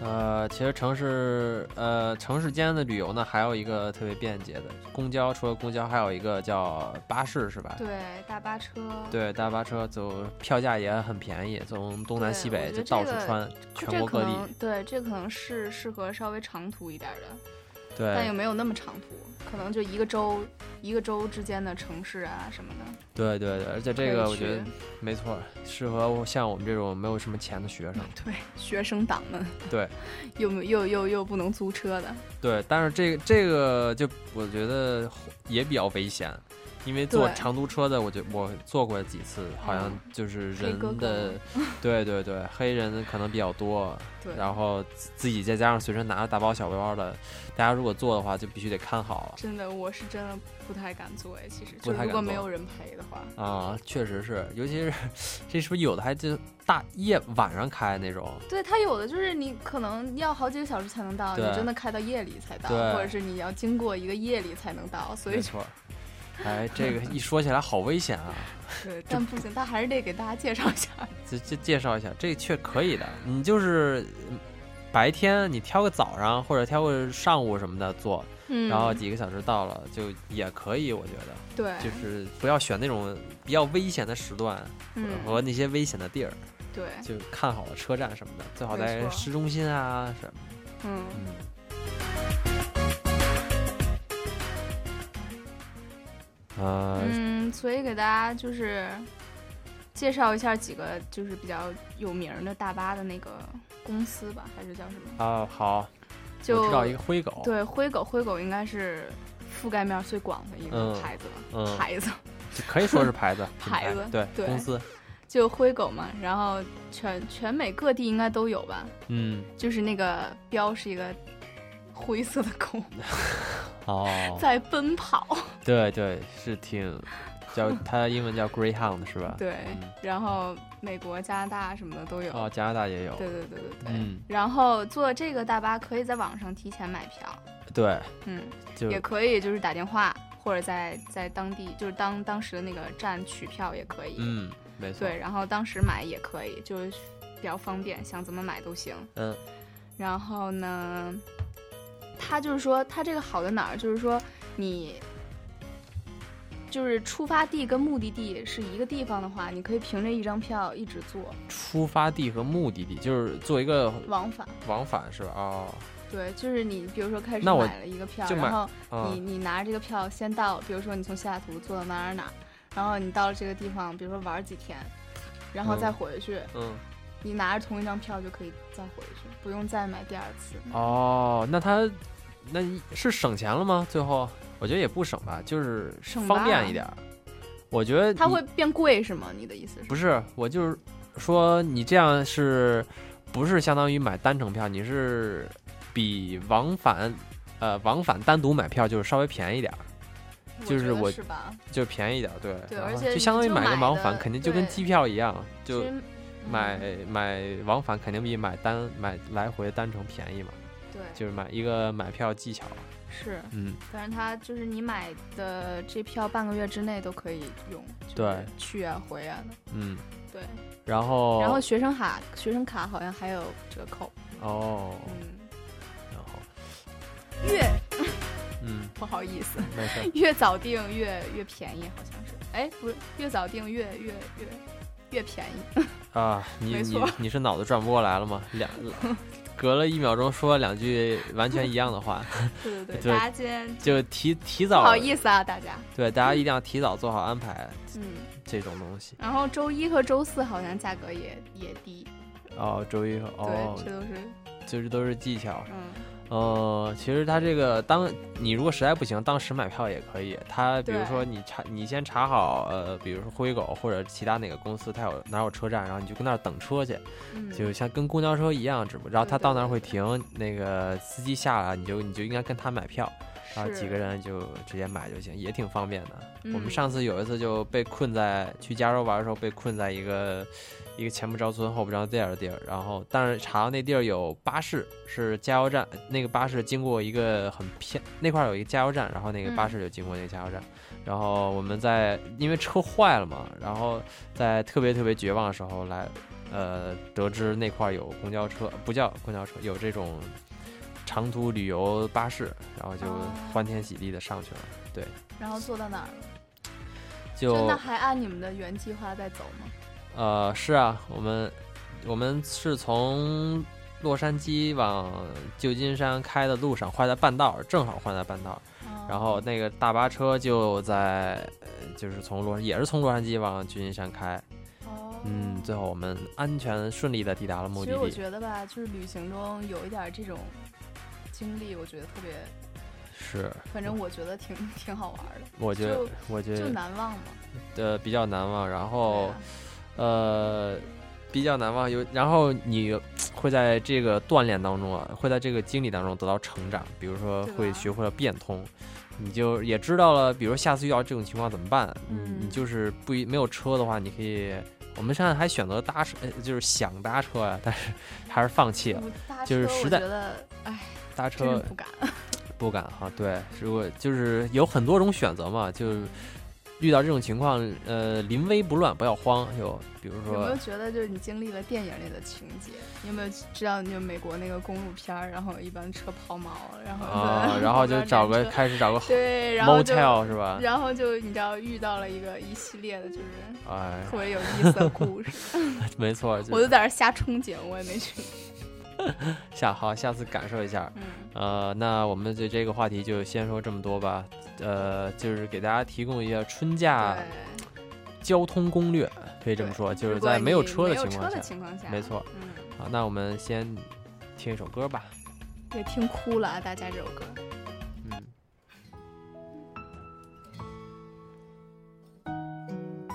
Speaker 1: 呃，其实城市呃城市间的旅游呢，还有一个特别便捷的公交，除了公交，还有一个叫巴士，是吧？
Speaker 10: 对，大巴车。
Speaker 1: 对，大巴车走，票价也很便宜，从东南
Speaker 10: 对
Speaker 1: 西
Speaker 10: 我
Speaker 1: 北就
Speaker 10: 觉得
Speaker 1: 到处
Speaker 10: 这个
Speaker 1: 穿，
Speaker 10: 这
Speaker 1: 全国
Speaker 10: 可
Speaker 1: 各地。
Speaker 10: 能对，这可能是适合稍微长途一点儿的，
Speaker 1: 对，
Speaker 10: 但也没有那么长途，可能就一个州一个州之间的城市啊什么的。
Speaker 1: 对对对，而且
Speaker 10: 可
Speaker 1: 这
Speaker 10: 以
Speaker 1: 个我
Speaker 10: 去
Speaker 1: 觉得没错儿，适合我像我们这种没有什么钱的学生。
Speaker 10: 对，学生党们
Speaker 1: 对
Speaker 10: 又没又又又不能租车的，
Speaker 1: 对，但是这个这个就我觉得也比较危险，因为坐
Speaker 10: 对
Speaker 1: 长途车的，我觉我坐过几次，好像就是
Speaker 10: 嗯黑
Speaker 1: 人
Speaker 10: 哥哥
Speaker 1: 的，对对对，黑人可能比较多，
Speaker 10: 对
Speaker 1: 然后自自己再加上随身拿着大包小包的，大家如果坐的话就必须得看好
Speaker 10: 真的我是真的不太敢坐哎，其实
Speaker 1: 不
Speaker 10: 就
Speaker 1: 太
Speaker 10: 如果
Speaker 1: 敢
Speaker 10: 没
Speaker 1: 坐
Speaker 10: 有人陪的话，
Speaker 1: 啊、确实是，尤其是这是不是有的还就大夜晚上开那种，
Speaker 10: 对，它有的就是你可能要好几个小时才能到，你
Speaker 1: 对
Speaker 10: 真的开到夜里才到，
Speaker 1: 对
Speaker 10: 或者是你要经过一个夜里才能到，所
Speaker 1: 没
Speaker 10: 以就
Speaker 1: 错。哎，这个一说起来好危险啊！
Speaker 10: 对，但不行，但还是得给大家介绍一下。
Speaker 1: 这这介绍一下，这确可以的。你就是嗯白天你挑个早上或者挑个上午什么的做，
Speaker 10: 嗯
Speaker 1: 然后几个小时到了就也可以，我觉得。
Speaker 10: 对
Speaker 1: 就是不要选那种比较危险的时段
Speaker 10: 嗯
Speaker 1: 和那些危险的地儿，
Speaker 10: 对，
Speaker 1: 就看好了车站什么的，最好
Speaker 10: 没
Speaker 1: 在
Speaker 10: 错
Speaker 1: 市中心啊什么。
Speaker 10: 嗯，
Speaker 1: 呃，
Speaker 10: 嗯，所以给大家就是介绍一下几个就是比较有名儿的大巴的那个公司吧，还是叫什么？
Speaker 1: 啊，好，
Speaker 10: 就
Speaker 1: 我知道一个灰狗，
Speaker 10: 对，灰狗，灰狗应该是覆盖面儿最广的一个
Speaker 1: 嗯
Speaker 10: 牌子了，
Speaker 1: 嗯
Speaker 10: 牌子。
Speaker 1: 就可以说是牌子品
Speaker 10: 牌子
Speaker 1: 对
Speaker 10: 对
Speaker 1: 公司，
Speaker 10: 就灰狗嘛，然后全全美各地应该都有吧，
Speaker 1: 嗯，
Speaker 10: 就是那个标是一个灰色的狗
Speaker 1: 哦，
Speaker 10: 在奔跑，
Speaker 1: 对对，是 挺叫它英文叫 Greyhound 是吧？
Speaker 10: 对，然后美国、加拿大什么的都有，
Speaker 1: 哦，加拿大也有，
Speaker 10: 对对对对对。
Speaker 1: 嗯，
Speaker 10: 然后坐这个大巴可以在网上提前买票，
Speaker 1: 对，
Speaker 10: 嗯，
Speaker 1: 就
Speaker 10: 也可以就是打电话或者在在当地就是当当时的那个站取票也可以，
Speaker 1: 嗯，没错，
Speaker 10: 对，然后当时买也可以，就是比较方便，想怎么买都行。
Speaker 1: 嗯，
Speaker 10: 然后呢，他就是说，他这个好在哪儿？就是说你，就是出发地跟目的地是一个地方的话，你可以凭着一张票一直坐
Speaker 1: 出发地和目的地，就是做一个
Speaker 10: 往返。
Speaker 1: 往返是吧？哦，
Speaker 10: 对，就是你比如说开始
Speaker 1: 那我
Speaker 10: 买了一个票，
Speaker 1: 就买
Speaker 10: 然后
Speaker 1: 啊
Speaker 10: 你、你拿着这个票先到，比如说你从西雅图坐到哪儿哪儿，然后你到了这个地方，比如说玩几天，然后再
Speaker 1: 嗯
Speaker 10: 回去，
Speaker 1: 嗯，
Speaker 10: 你拿着同一张票就可以再回去，不用再买第二次。
Speaker 1: 哦，那他那是省钱了吗？啊最后我觉得也不省吧，就是
Speaker 10: 省
Speaker 1: 方
Speaker 10: 吧
Speaker 1: 便一点儿。我觉得
Speaker 10: 它
Speaker 1: 你
Speaker 10: 会变贵是吗？你的意思是？
Speaker 1: 不是，我就是说你这样是不是相当于买单程票？你是比往返呃往返单独买票就是稍微便宜点儿，就是
Speaker 10: 我觉
Speaker 1: 我
Speaker 10: 得是吧？
Speaker 1: 就便宜点儿，对，
Speaker 10: 对
Speaker 1: 然
Speaker 10: 而
Speaker 1: 后
Speaker 10: 且
Speaker 1: 就
Speaker 10: 你
Speaker 1: 相当于
Speaker 10: 就
Speaker 1: 买个
Speaker 10: 买
Speaker 1: 往
Speaker 10: 的
Speaker 1: 返，肯定就跟
Speaker 10: 对
Speaker 1: 机票一样，就
Speaker 10: 其实嗯
Speaker 1: 买买往返肯定比买单买来回单程便宜嘛，
Speaker 10: 对，
Speaker 1: 就是买一个买票技巧，
Speaker 10: 是，
Speaker 1: 嗯，
Speaker 10: 反正它就是你买的这票半个月之内都可以用，
Speaker 1: 对，
Speaker 10: 去啊回啊的，
Speaker 1: 嗯，
Speaker 10: 对。
Speaker 1: 然后
Speaker 10: 然后学生卡学生卡好像还有折扣，嗯
Speaker 1: 哦，
Speaker 10: 越
Speaker 1: 嗯，
Speaker 10: 不好意 思
Speaker 1: 没事，
Speaker 10: 越早订越越便宜，好像是，哎，不是，越早订越越越越便宜，
Speaker 1: 啊，你
Speaker 10: 没
Speaker 1: 你
Speaker 10: 错
Speaker 1: 你是脑子转不过来了吗？两隔了一秒钟说两句完全一样的话，
Speaker 10: 对对
Speaker 1: 就
Speaker 10: 对，大家今天
Speaker 1: 就提提
Speaker 10: 不
Speaker 1: 早
Speaker 10: 好意思啊，大家，
Speaker 1: 对大家一定要提早做好安排
Speaker 10: 嗯，
Speaker 1: 这种东西。
Speaker 10: 然后周一和周四好像价格也也低，
Speaker 1: 哦，周一和哦
Speaker 10: 对，，这都是
Speaker 1: 就是都是技巧。
Speaker 10: 嗯。
Speaker 1: 呃，其实它这个当你如果实在不行，当时买票也可以。它啊比如
Speaker 10: 对
Speaker 1: 说你查，你先查好，呃，比如说灰狗或者其他哪个公司，它有哪有车站，然后你就跟那儿等车去，
Speaker 10: 嗯
Speaker 1: 就像跟公交车一样，只不然后
Speaker 10: 对
Speaker 1: 它
Speaker 10: 对
Speaker 1: 到那儿会停，那个司机下来，你就你就应该跟他买票，然后
Speaker 10: 是
Speaker 1: 啊几个人就直接买就行，也挺方便的。我们
Speaker 10: 嗯
Speaker 1: 上次有一次就被困在去加州玩的时候，被困在一个一个前不着村后不着店的地儿，然后但是查到那地儿有巴士，是加油站，那个巴士经过一个很偏那块儿有一个加油站，然后那个巴士就经过那个加油站，然后我们在因为车坏了嘛，然后在特别特别绝望的时候来，呃，得知那块儿有公交车，不叫公交车，有这种长途旅游巴士，然后就
Speaker 10: 哦
Speaker 1: 欢天喜地的上去了，对，
Speaker 10: 然后坐到哪儿了？
Speaker 1: 就
Speaker 10: 那还按你们的原计划在走吗？
Speaker 1: 呃，是啊，我们我们是从洛杉矶往旧金山开的路上，坏在半道儿，正好坏在半道儿。然后那个大巴车就在，呃就是从洛，也是从洛杉矶往旧金山开。
Speaker 10: 哦
Speaker 1: 嗯，最后我们安全顺利的抵达了目
Speaker 10: 其
Speaker 1: 的
Speaker 10: 实我
Speaker 1: 地。
Speaker 10: 觉得吧，就是旅行中有一点儿这种经历，我觉得特别，
Speaker 1: 是，
Speaker 10: 反正我觉得挺 挺好玩儿的。
Speaker 1: 我觉得
Speaker 10: 就
Speaker 1: 我觉得
Speaker 10: 就难忘嘛。啊
Speaker 1: 呃，比较难忘。然后，呃，比较难忘有，然后你会在这个锻炼当中啊，会在这个经历当中得到成长，比如说
Speaker 6: 对吧
Speaker 1: 会学会了变通。你就也知道了，比如下次遇到这种情况怎么办？嗯你你就是不一没有车的话，你可以，我们现在还选择搭车，呃就是想搭车呀、但是还是放弃了
Speaker 10: 我嗯搭，
Speaker 1: 就
Speaker 10: 车
Speaker 1: 是
Speaker 10: 我
Speaker 1: 实
Speaker 10: 觉
Speaker 1: 在
Speaker 10: 得，哎，
Speaker 1: 搭
Speaker 10: 真是
Speaker 1: 车
Speaker 10: 不敢。
Speaker 1: 不敢哈，对，如果就是有很多种选择嘛，就是遇到这种情况，呃，临危不乱，不要慌。有比如
Speaker 10: 有没
Speaker 1: 说
Speaker 10: 有，觉得就是你经历了电影里的情节？你有没有知道就美国那个公路片儿，然后一般车抛锚，然后
Speaker 1: 啊
Speaker 10: 在
Speaker 1: 然后
Speaker 10: 路边
Speaker 1: 就找
Speaker 10: 拦
Speaker 1: 个
Speaker 10: 车
Speaker 1: 开始找个
Speaker 10: 对，然后就
Speaker 1: motel 是吧
Speaker 10: 然后就你知道遇到了一个一系列的，就是
Speaker 1: 哎
Speaker 10: 特别有意思的故事。
Speaker 1: 没错，就
Speaker 10: 我就在那儿瞎憧憬，我也没去。
Speaker 1: 下好，下次感受一下。
Speaker 10: 嗯
Speaker 1: 呃，那我们对这个话题就先说这么多吧。呃，就是给大家提供一下春假交通攻略，可以这么说，就是
Speaker 10: 如果
Speaker 1: 在没有
Speaker 10: 你
Speaker 1: 车的
Speaker 10: 没有
Speaker 1: 情况
Speaker 10: 车的
Speaker 1: 下，
Speaker 10: 情况下嗯
Speaker 1: 没错。好，那我们先听一首歌吧。
Speaker 10: 对，听哭了啊，大家这首歌。嗯
Speaker 1: 嗯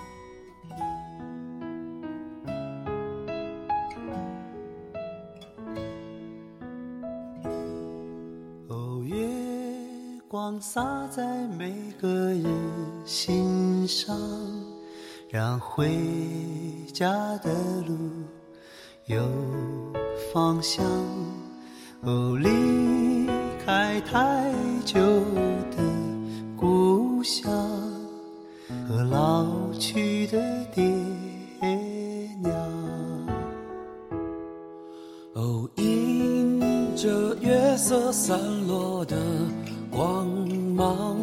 Speaker 5: 哦，月光洒在每个人心上，让回家的路有方向。哦，离开太久的故乡和老去的爹娘。
Speaker 7: 哦，迎着月色散落的光芒，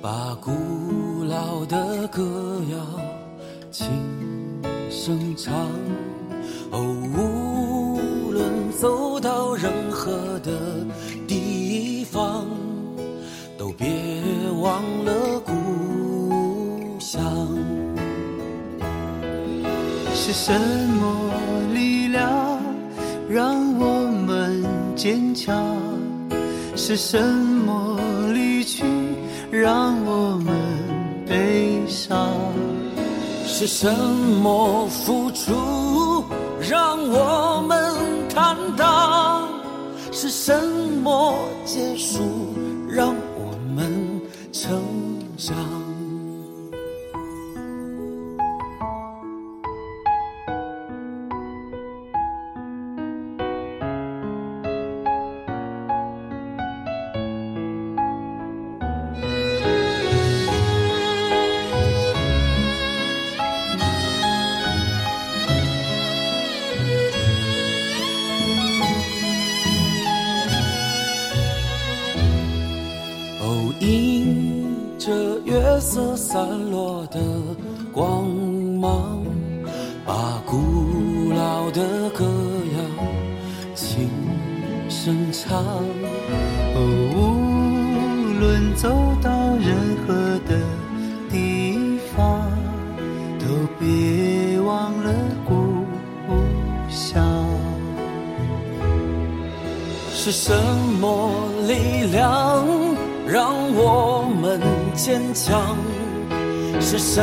Speaker 7: 把古老老的歌谣，轻声唱。哦，无论走到任何的地方，都别忘了故乡。
Speaker 5: 是什么力量让我们坚强？是什么离去让我们悲伤？
Speaker 7: 是什么付出让我们坦荡？是什么结束让我们成长？哦，迎着月色散落的光芒，把古老的歌谣轻声唱。
Speaker 5: 哦，无论走到任何的地方，都别忘了故乡。
Speaker 7: 是什么力量让我们坚强？是什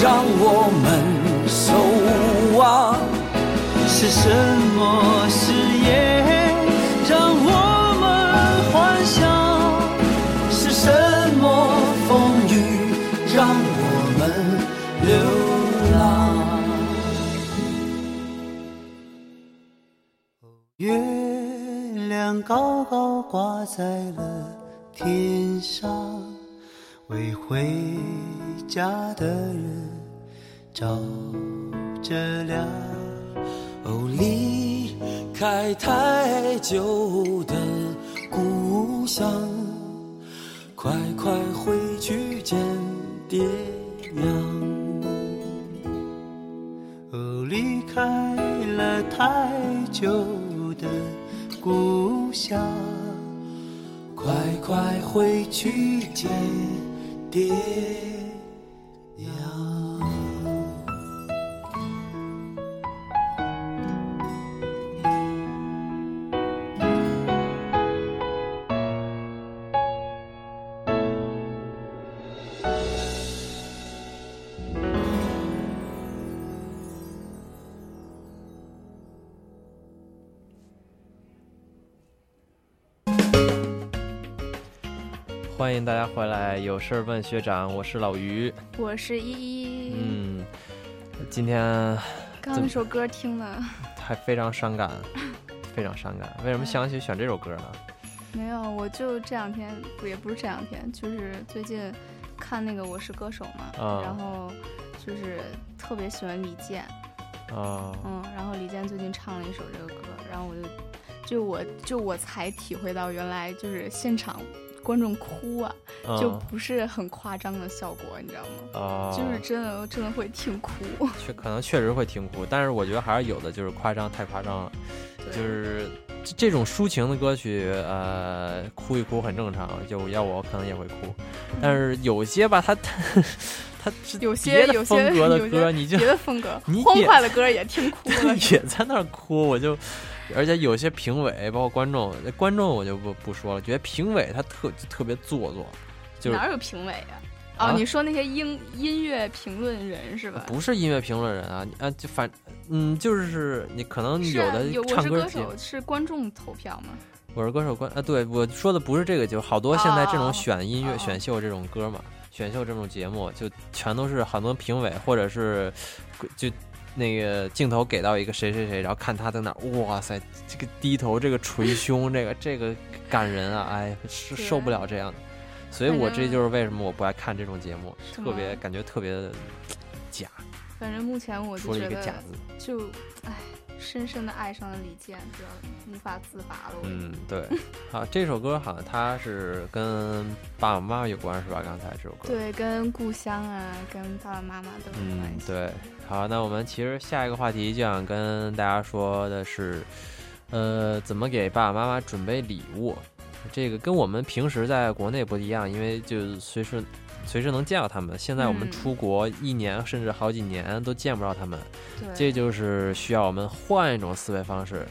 Speaker 7: 让我们守望？
Speaker 5: 是什么誓言让我们幻想？
Speaker 7: 是什么风雨让我们流浪？
Speaker 5: 月亮高高挂在了天上，为回家的人照着亮。
Speaker 7: 哦，离开太久的故乡，快快回去见爹娘。
Speaker 5: 哦，离开了太久的故乡，
Speaker 7: 快快回去见爹娘。
Speaker 1: 欢迎大家回来，有事儿问学长，我是老于。
Speaker 10: 我是依依。
Speaker 1: 嗯，今天
Speaker 10: 刚刚那首歌听了
Speaker 1: 还非常伤 感，非常伤感。为什么想起选这首歌呢？
Speaker 10: 没有？我就这两天不也不是这两天，就是最近看那个《我是歌手》嘛，
Speaker 1: 啊
Speaker 10: 然后就是特别喜欢李健，
Speaker 1: 啊、
Speaker 10: 嗯，然后李健最近唱了一首这个歌，然后我就就我就我才体会到原来就是现场观众哭啊，
Speaker 1: 嗯
Speaker 10: 就不是很夸张的效果，你知道吗？
Speaker 1: 啊，
Speaker 10: 就是真的真的会听哭。啊
Speaker 1: 确可能确实会听哭，但是我觉得还是有的就是夸张，太夸张了，就是这这种抒情的歌曲，呃，哭一哭很正常，就要我可能也会哭，但是有些吧，它 它它是
Speaker 10: 嗯有些
Speaker 1: 别的
Speaker 10: 有些
Speaker 1: 风格的
Speaker 10: 有
Speaker 1: 歌，
Speaker 10: 些
Speaker 1: 你就
Speaker 10: 别的风格
Speaker 1: 你，
Speaker 10: 欢
Speaker 1: 也
Speaker 10: 快的歌也听哭了。
Speaker 1: 也在那儿哭，我就，而且有些评委包括观众，观众我就不不说了，觉得评委他特特别做作， 就是
Speaker 10: 哪有评委呀、哦，
Speaker 1: 啊
Speaker 10: 你说那些音音乐评论人是吧？
Speaker 1: 不是音乐评论人啊，你啊就反嗯就是你可能
Speaker 10: 是
Speaker 1: 有
Speaker 10: 啊
Speaker 1: 的
Speaker 10: 有我
Speaker 1: 唱
Speaker 10: 是
Speaker 1: 歌
Speaker 10: 歌
Speaker 1: 节目
Speaker 10: 手是观众投票吗？
Speaker 1: 呃我是歌手关啊，对我说的不是这个，就好多现在这
Speaker 10: 哦
Speaker 1: 种选音乐、选秀这种歌嘛，选秀这种节目，就全都是很多评委或者是就那个镜头给到一个谁谁谁，然后看他在哪儿，哇塞，这个低头，这个捶胸，这个这个感人 啊，哎，受受不了这样的。所以我这就是为什么我不爱看这种节目，
Speaker 10: 是吗
Speaker 1: 特别感觉特别的假。
Speaker 10: 反正目前我就
Speaker 1: 说了一
Speaker 10: 觉
Speaker 1: 个
Speaker 10: 得
Speaker 1: 假字，
Speaker 10: 就唉，深深的爱上了李健，不知道无法自拔了。我
Speaker 1: 嗯，对。好，这首歌好像它是跟爸爸妈妈有关是吧？刚才这首歌。
Speaker 10: 对，跟故乡啊，跟爸爸妈妈都有关
Speaker 1: 嗯
Speaker 10: 系。，
Speaker 1: 对。好，那我们其实下一个话题就想跟大家说的是，呃，怎么给爸爸妈妈准备礼物？这个跟我们平时在国内不一样，因为就随时随时能见到他们。现在我们
Speaker 10: 嗯
Speaker 1: 出国一年、甚至好几年都见不到他们，
Speaker 10: 对
Speaker 1: 这就是需要我们换一种思维方式，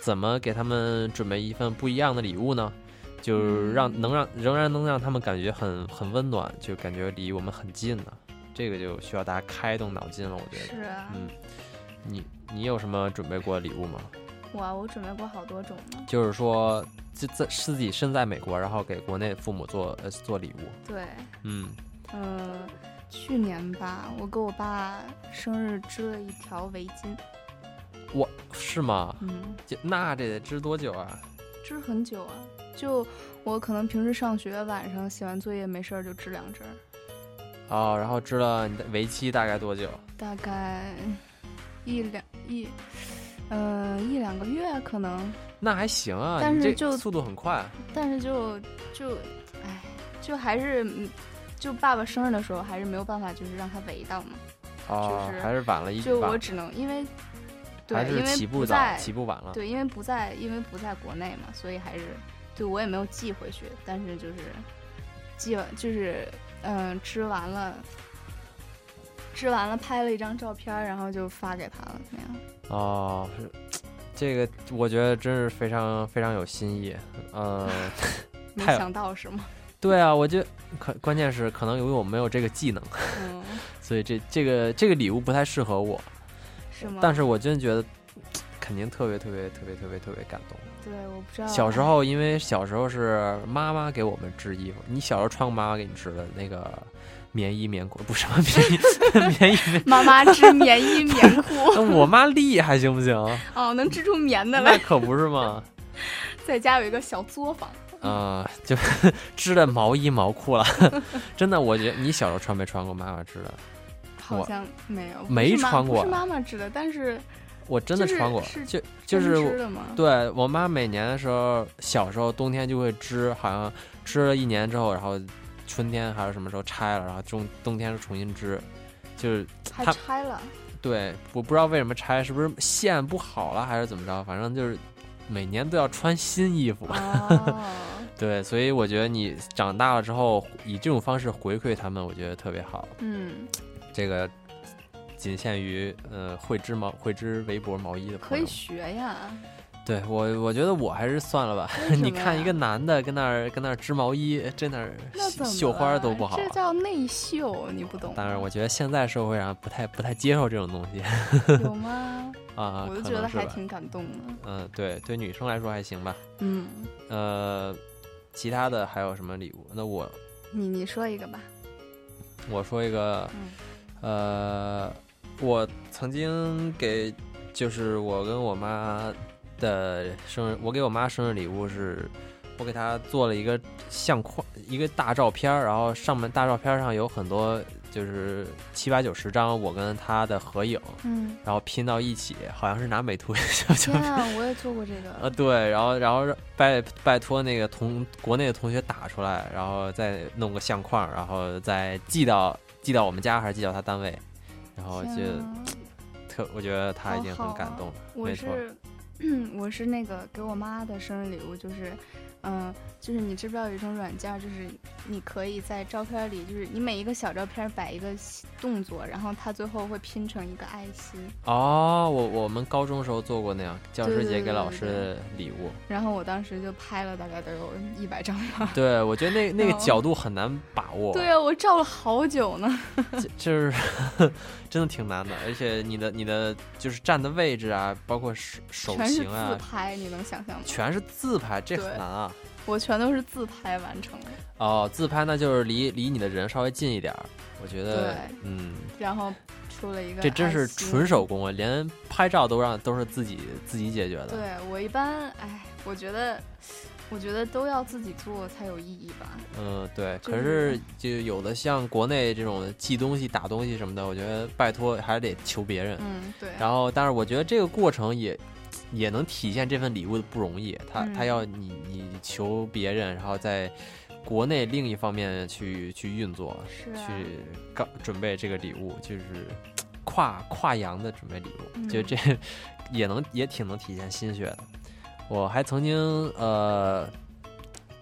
Speaker 1: 怎么给他们准备一份不一样的礼物呢？
Speaker 10: 嗯
Speaker 1: 就是让能让仍然能让他们感觉很很温暖，就感觉离我们很近了。这个就需要大家开动脑筋了，我觉得。
Speaker 10: 是啊
Speaker 1: 嗯，你你有什么准备过礼物吗？
Speaker 10: 哇，我准备过好多种呢。
Speaker 1: 就是说，自自自己身在美国，然后给国内父母做呃做礼物。
Speaker 10: 对，
Speaker 1: 嗯，
Speaker 10: 呃，去年吧，我给我爸生日织了一条围巾，
Speaker 1: 我是吗？
Speaker 10: 嗯，
Speaker 1: 就那这得织多久啊？
Speaker 10: 织很久啊。就我可能平时上学晚上写完作业没事儿就织两针儿，
Speaker 1: 哦，然后织了你的为期大概多久？
Speaker 10: 大概一两一，呃一两个月可能，
Speaker 1: 那还行啊，
Speaker 10: 但
Speaker 1: 你
Speaker 10: 是
Speaker 1: 这
Speaker 10: 就
Speaker 1: 速度很快。
Speaker 10: 但是就就，哎，就还是嗯就爸爸生日的时候还是没有办法，就是让他围到嘛，
Speaker 1: 哦，
Speaker 10: 就是
Speaker 1: 还是晚了一
Speaker 10: 就
Speaker 1: 晚
Speaker 10: 我只能因为。对
Speaker 1: 还，是
Speaker 10: 因为
Speaker 1: 起步
Speaker 10: 不
Speaker 1: 早
Speaker 10: 在
Speaker 1: 起步晚了
Speaker 10: 对，因为不在，因为不在国内嘛，所以还是对我也没有寄回去，但是就是寄完就是嗯、织完了，织完了拍了一张照片儿，然后就发给他了，那样。
Speaker 1: 哦，是这个，我觉得真是非常非常有新意。呃，
Speaker 10: 没
Speaker 1: 太有
Speaker 10: 想到是 吗？
Speaker 1: 对啊，我就可关键是可能由于我没有这个技能，
Speaker 10: 嗯，
Speaker 1: 所以这这个这个礼物不太适合我。
Speaker 10: 是吗？
Speaker 1: 但是我真觉得肯定特别特别特别特别特别感动。
Speaker 10: 对，我不知道
Speaker 1: 小时候，因为小时候是妈妈给我们织衣服，你小时候穿过妈妈给你织的那个棉衣棉裤，不是什么 棉衣 棉衣棉。，
Speaker 10: 妈妈织棉衣棉裤
Speaker 1: 我妈厉害行不行？
Speaker 10: 哦，能织出棉的
Speaker 1: 那
Speaker 10: 来，
Speaker 1: 可不是嘛。
Speaker 10: 在家有一个小作坊，
Speaker 1: 啊、就 织的毛衣毛裤了， 真的，我觉得你小时候穿没穿过妈妈织的？
Speaker 10: 好
Speaker 1: 我
Speaker 10: 像没有，不
Speaker 1: 没
Speaker 10: 是妈
Speaker 1: 穿过
Speaker 10: 不是妈妈织的，但是
Speaker 1: 我真的
Speaker 10: 就是
Speaker 1: 穿过，
Speaker 10: 是
Speaker 1: 就就
Speaker 10: 真
Speaker 1: 是
Speaker 10: 织的吗
Speaker 1: 对我妈每年的时候，小时候冬天就会织，好像织了一年之后，然后春天还是什么时候拆了，然后中冬天重新织，就是
Speaker 10: 还
Speaker 1: 它
Speaker 10: 拆了，
Speaker 1: 对，我不知道为什么拆，是不是线不好了还是怎么着？反正就是每年都要穿新衣服。
Speaker 10: 哦
Speaker 1: 对，所以我觉得你长大了之后以这种方式回馈他们，我觉得特别好。
Speaker 10: 嗯，
Speaker 1: 这个仅限于呃会织毛会织围脖毛衣的
Speaker 10: 可
Speaker 1: 朋
Speaker 10: 以
Speaker 1: 友。
Speaker 10: 学呀，
Speaker 1: 对我，我觉得我还是算了吧。
Speaker 10: 为什 么
Speaker 1: 你
Speaker 10: 呀
Speaker 1: 看一个男的跟那儿跟那儿织毛衣，真那儿
Speaker 10: 那怎么
Speaker 1: 绣花
Speaker 10: 了
Speaker 1: 都不好啊
Speaker 10: 这。叫内秀，你不懂
Speaker 1: 当然，我觉得现在社会上不太不太接受这种东西
Speaker 10: 有吗？
Speaker 1: 啊，
Speaker 10: 我
Speaker 1: 可
Speaker 10: 就
Speaker 1: 能
Speaker 10: 觉得
Speaker 1: 是
Speaker 10: 还
Speaker 1: 吧
Speaker 10: 挺感动的，
Speaker 1: 嗯，对，对女生来说还行吧。
Speaker 10: 嗯，
Speaker 1: 呃，其他的还有什么礼物？那我
Speaker 10: 你你说一个吧，
Speaker 1: 我说一个，
Speaker 10: 嗯
Speaker 1: 呃，我曾经给，就是我跟我妈的生日，我给我妈生日礼物是，我给她做了一个相框，一个大照片儿，然后上面大照片上有很多，就是七八九十张我跟她的合影，
Speaker 10: 嗯，
Speaker 1: 然后拼到一起，好像是拿美 图秀秀
Speaker 10: 天啊，我也做过这个，
Speaker 1: 啊，对，然后然后让拜拜托那个同国内的同学打出来，然后再弄个相框，然后再寄到寄到我们家还是寄到他单位，然后就
Speaker 10: 天啊
Speaker 1: 特我觉得他已
Speaker 10: 好
Speaker 1: 经
Speaker 10: 好
Speaker 1: 很感
Speaker 10: 啊
Speaker 1: 动了，
Speaker 10: 我
Speaker 1: 没错，
Speaker 10: 是我是 那个给我妈的生日礼物，就是，嗯、就是你知不知道有一种软件儿，就是你可以在照片里，就是你每一个小照片摆一个动作，然后它最后会拼成一个爱心。
Speaker 1: 哦，我我们高中时候做过那样，教
Speaker 10: 对
Speaker 1: 师
Speaker 10: 啊对
Speaker 1: 节
Speaker 10: 对
Speaker 1: 给老
Speaker 10: 对
Speaker 1: 师的礼物，
Speaker 10: 然后我当时就拍了大概得有一百张吧。
Speaker 1: 对我觉得那那个
Speaker 10: 哦
Speaker 1: 角度很难把握，
Speaker 10: 对啊，我照了好久呢。
Speaker 1: 就是 真的挺难的，而且你的你的就是站的位置啊，包括手手
Speaker 10: 全是
Speaker 1: 型
Speaker 10: 自
Speaker 1: 啊，
Speaker 10: 拍，你能想象吗？
Speaker 1: 全是自拍，这
Speaker 10: 对
Speaker 1: 很难啊。啊？
Speaker 10: 我全都是自拍完成的，
Speaker 1: 哦，自拍那就是离离你的人稍微近一点儿，我觉
Speaker 10: 对
Speaker 1: 得，，嗯，
Speaker 10: 然后出了一个，
Speaker 1: 这真是纯手。工啊，连拍照都让都是自己自己解决的。
Speaker 10: 对我一般，哎，我觉得，我觉得都要自己做才有意义吧。
Speaker 1: 嗯，对。
Speaker 10: 就
Speaker 1: 可是就有的像国内这种寄东西、打东西什么的，我觉得拜托还是得求别人。
Speaker 10: 嗯对
Speaker 1: 然后，但是我觉得这个过程也也能体现这份礼物的不容易。他他
Speaker 10: 嗯
Speaker 1: 要你你求别人，然后在国内另一方面去去运作，
Speaker 10: 是啊
Speaker 1: 去搞准备这个礼物，就是跨跨洋的准备礼物，
Speaker 10: 嗯
Speaker 1: 就这也能也挺能体现心血的。我还曾经呃，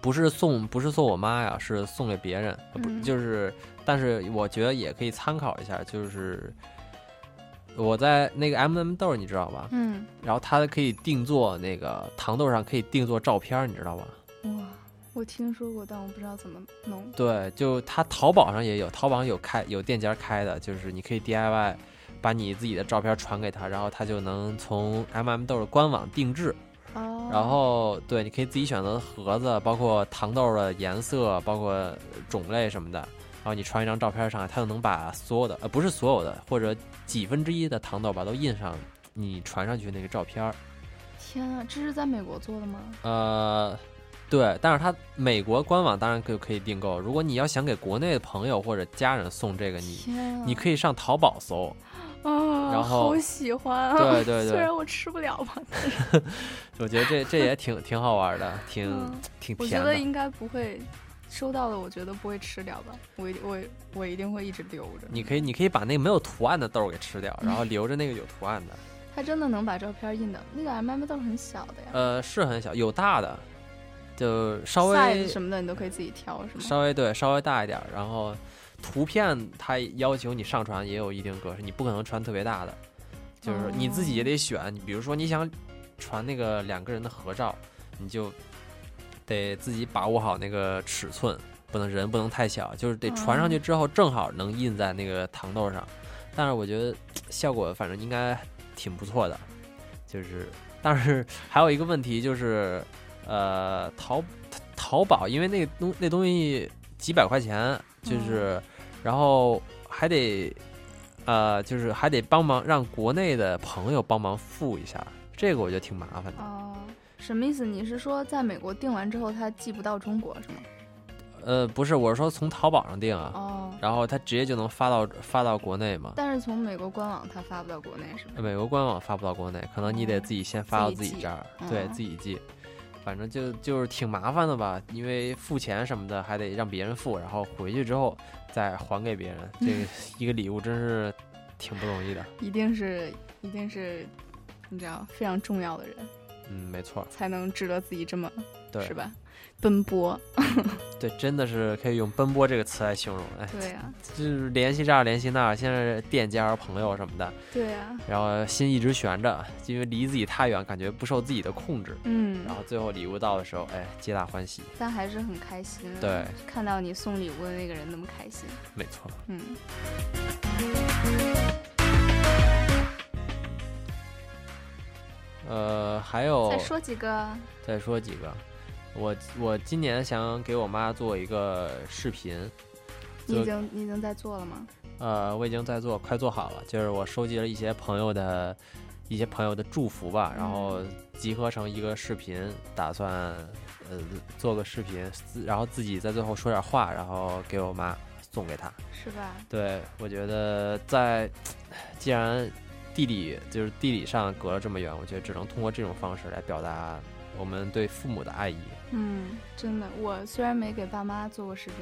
Speaker 1: 不是送不是送我妈呀，是送给别人，呃不
Speaker 14: 嗯
Speaker 1: 就是，但是我觉得也可以参考一下，就是我在那个 M、m 豆，你知道吧？
Speaker 10: 嗯，
Speaker 1: 然后它可以定做那个糖豆上可以定做照片儿，你知道吧？
Speaker 10: 哇，我听说过，但我不知道怎么弄。
Speaker 1: 对，就它淘宝上也有，淘宝上有开有店家开的，就是你可以 DIY，把你自己的照片传给他，然后他就能从 MM 豆的官网定制。
Speaker 10: 哦，
Speaker 1: 然后对，你可以自己选择盒子，包括糖豆的颜色，包括种类什么的。然后你传一张照片上来，它就能把所有的呃不是所有的，或者几分之一的糖豆吧都印上你传上去那个照片儿。
Speaker 10: 天啊，这是在美国做的吗？
Speaker 1: 呃，对，但是它美国官网当然可以可以订购。如果你要想给国内的朋友或者家人送这个，你
Speaker 10: 天啊
Speaker 1: 你可以上淘宝搜，
Speaker 10: 啊，
Speaker 1: 然后
Speaker 10: 好喜欢啊！
Speaker 1: 对对对
Speaker 10: 虽然我吃不了吧，但是
Speaker 1: 我觉得这这也挺挺好玩的，挺、
Speaker 10: 嗯
Speaker 1: 挺
Speaker 10: 我觉
Speaker 1: 甜的
Speaker 10: 得。应该不会收到的，我觉得不会吃掉吧。我一定我我一定会一直留着。
Speaker 1: 你可以，你可以把那个没有图案的豆儿给吃掉，然后留着那个有图案的。
Speaker 10: 它真的能把照片印的，那个 M M 豆很小的呀，
Speaker 1: 呃，是很小，有大的，就稍
Speaker 10: size
Speaker 1: 微
Speaker 10: 什么的你都可以自己挑，是吗？
Speaker 1: 稍微对稍微大一点儿，然后图片它要求你上传也有一定格式，你不可能传特别大的，就是你自己也
Speaker 10: 哦
Speaker 1: 得选。你比如说你想传那个两个人的合照，你就得自己把握好那个尺寸，不能人不能太小，就是得传上
Speaker 10: 哦
Speaker 1: 去之后正好能印在那个糖豆上。但是我觉得效果反正应该挺不错的，就是但是还有一个问题就是，呃，淘淘宝因为那个东那东西几百块钱，
Speaker 10: 嗯
Speaker 1: 就是、然后还得呃，就是还得帮忙让国内的朋友帮忙付一下，这个我觉得挺麻烦的。
Speaker 10: 哦，什么意思？你是说在美国订完之后它寄不到中国是吗？
Speaker 1: 呃，不是，我是说从淘宝上订啊，
Speaker 10: 哦
Speaker 1: 然后它直接就能发到发到国内嘛。
Speaker 10: 但是从美国官网它发不到国内是吗？
Speaker 1: 美国官网发不到国内，可能你得自己先发到自己这儿，
Speaker 10: 自己寄
Speaker 1: 对
Speaker 10: 嗯
Speaker 1: 自己寄，反正就就是挺麻烦的吧，因为付钱什么的还得让别人付，然后回去之后再还给别人， 这个一个礼物真是挺不容易的。
Speaker 10: 一定是一定是，你知道非常重要的人
Speaker 1: 嗯，没错，
Speaker 10: 才能值得自己这么
Speaker 1: 对
Speaker 10: 是吧？奔波，
Speaker 1: 对，真的是可以用奔波这个词来形容。哎，
Speaker 10: 对啊呀、
Speaker 1: 就是联系这儿联系那儿，现在是店家朋友什么的，
Speaker 10: 对啊呀、
Speaker 1: 然后心一直悬着，因为离自己太远，感觉不受自己的控制。
Speaker 10: 嗯
Speaker 1: 然后最后礼物到的时候，哎，皆大欢喜。
Speaker 10: 但还是很开心。啊
Speaker 1: 对，
Speaker 10: 看到你送礼物的那个人那么开心，
Speaker 1: 没错。
Speaker 10: 嗯。
Speaker 1: 呃，还有
Speaker 10: 再说几个，
Speaker 1: 再说几个，我我今年想给我妈做一个视频，
Speaker 10: 你
Speaker 1: 就
Speaker 10: 已经你已经在做了吗？
Speaker 1: 呃，我已经在做，快做好了。就是我收集了一些朋友的一些朋友的祝福
Speaker 10: 嗯
Speaker 1: 吧，然后集合成一个视频，打算呃做个视频，自然后自己在最后说点话，然后给我妈送给她。
Speaker 10: 是吧？
Speaker 1: 对，我觉得在既然地理就是地理上隔了这么远，我觉得只能通过这种方式来表达我们对父母的爱意。
Speaker 10: 嗯，真的，我虽然没给爸妈做过视频，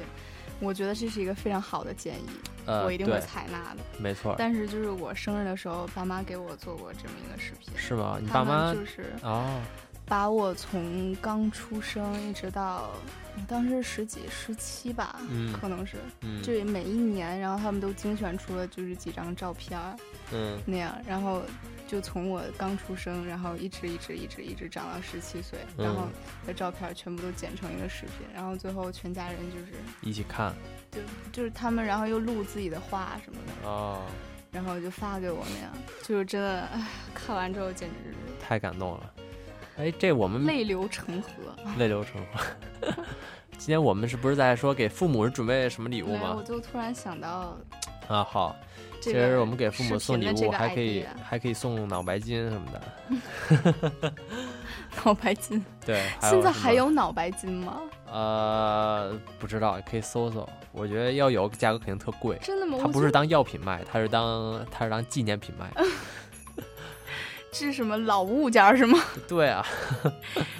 Speaker 10: 我觉得这是一个非常好的建议，
Speaker 1: 呃
Speaker 10: 我一定会
Speaker 1: 对
Speaker 10: 采纳的。
Speaker 1: 没错
Speaker 10: 但是就是我生日的时候，爸妈给我做过这么一个视频。
Speaker 1: 是吗？你爸
Speaker 10: 他们
Speaker 1: 妈
Speaker 10: 就是
Speaker 1: 哦，
Speaker 10: 把我从刚出生一直到我当时十几、十七吧，
Speaker 1: 嗯
Speaker 10: 可能是，
Speaker 1: 嗯
Speaker 10: 就是每一年，然后他们都精选出了就是几张照片儿
Speaker 1: 嗯
Speaker 10: 那样，然后就从我刚出生，然后一直一直一直一直长到十七岁，
Speaker 1: 嗯
Speaker 10: 然后的照片儿全部都剪成一个视频，然后最后全家人就是
Speaker 1: 一起看
Speaker 10: 就就是他们，然后又录自己的话什么的，
Speaker 1: 哦，
Speaker 10: 然后就发给我那样，就是真的，哎呀，看完之后简直
Speaker 1: 太感动了。哎，这我们
Speaker 10: 泪流成河。
Speaker 1: 泪流成 河。今天我们是不是在说给父母准备什么礼物
Speaker 10: 没有
Speaker 1: 吗
Speaker 10: 我？就突然想到，
Speaker 1: 啊，好，其
Speaker 10: 这个
Speaker 1: 实我们给父母送礼
Speaker 10: 视频的这
Speaker 1: 物
Speaker 10: 个
Speaker 1: 还可以
Speaker 10: idea
Speaker 1: 还可以送脑白金什么的，
Speaker 10: 脑白金。
Speaker 1: 对。还
Speaker 10: 现在
Speaker 1: 什
Speaker 10: 还
Speaker 1: 么
Speaker 10: 有脑白金吗？
Speaker 1: 呃，不知道，可以搜搜。我觉得要有，价格肯定特贵。
Speaker 10: 真的吗
Speaker 1: 它
Speaker 10: 我
Speaker 1: 不
Speaker 10: 觉
Speaker 1: 是
Speaker 10: 得
Speaker 1: 当药品卖，它是当它是当纪念品 卖。
Speaker 10: 这是什么老物件儿是吗？
Speaker 1: 对啊，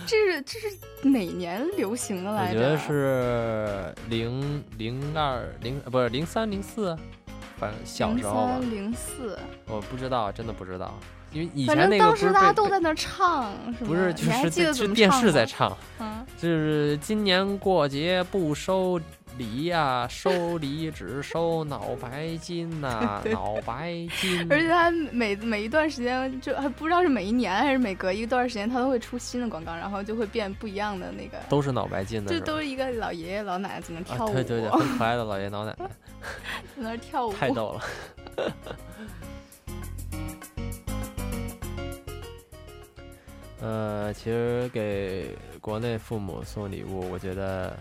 Speaker 10: 这是这是哪年流行的
Speaker 1: 我
Speaker 10: 来
Speaker 1: 觉
Speaker 10: 着
Speaker 1: 得？是零零二零不是零三零四，反正小
Speaker 10: 零
Speaker 1: 时候吧
Speaker 10: 三，零四，
Speaker 1: 我不知道，真的不知道，因为以
Speaker 10: 反
Speaker 1: 前那
Speaker 10: 正
Speaker 1: 个
Speaker 10: 当
Speaker 1: 不是
Speaker 10: 时大家
Speaker 1: 被
Speaker 10: 都在那儿唱，是吗？
Speaker 1: 不是就
Speaker 10: 你还
Speaker 1: 是
Speaker 10: 记得
Speaker 1: 在
Speaker 10: 怎
Speaker 1: 是
Speaker 10: 么
Speaker 1: 电
Speaker 10: 唱
Speaker 1: 视
Speaker 10: 吗
Speaker 1: 在唱，
Speaker 10: 嗯，
Speaker 1: 就是今年过节不收梨呀、收梨只收脑白金呐、
Speaker 10: 对
Speaker 1: 脑白金。
Speaker 10: 而且他每每一段时间就还不知道是每一年还是每隔一段时间，他都会出新的广告，然后就会变不一样的那个，
Speaker 1: 都是脑白金的
Speaker 10: 就是
Speaker 1: 吧
Speaker 10: 都是一个老爷爷老奶奶在那
Speaker 1: 啊
Speaker 10: 跳舞，
Speaker 1: 对对对，很可爱的老爷老奶奶，
Speaker 10: 在那儿跳舞，
Speaker 1: 太逗了。 呃，其实给国内父母送礼物，我觉得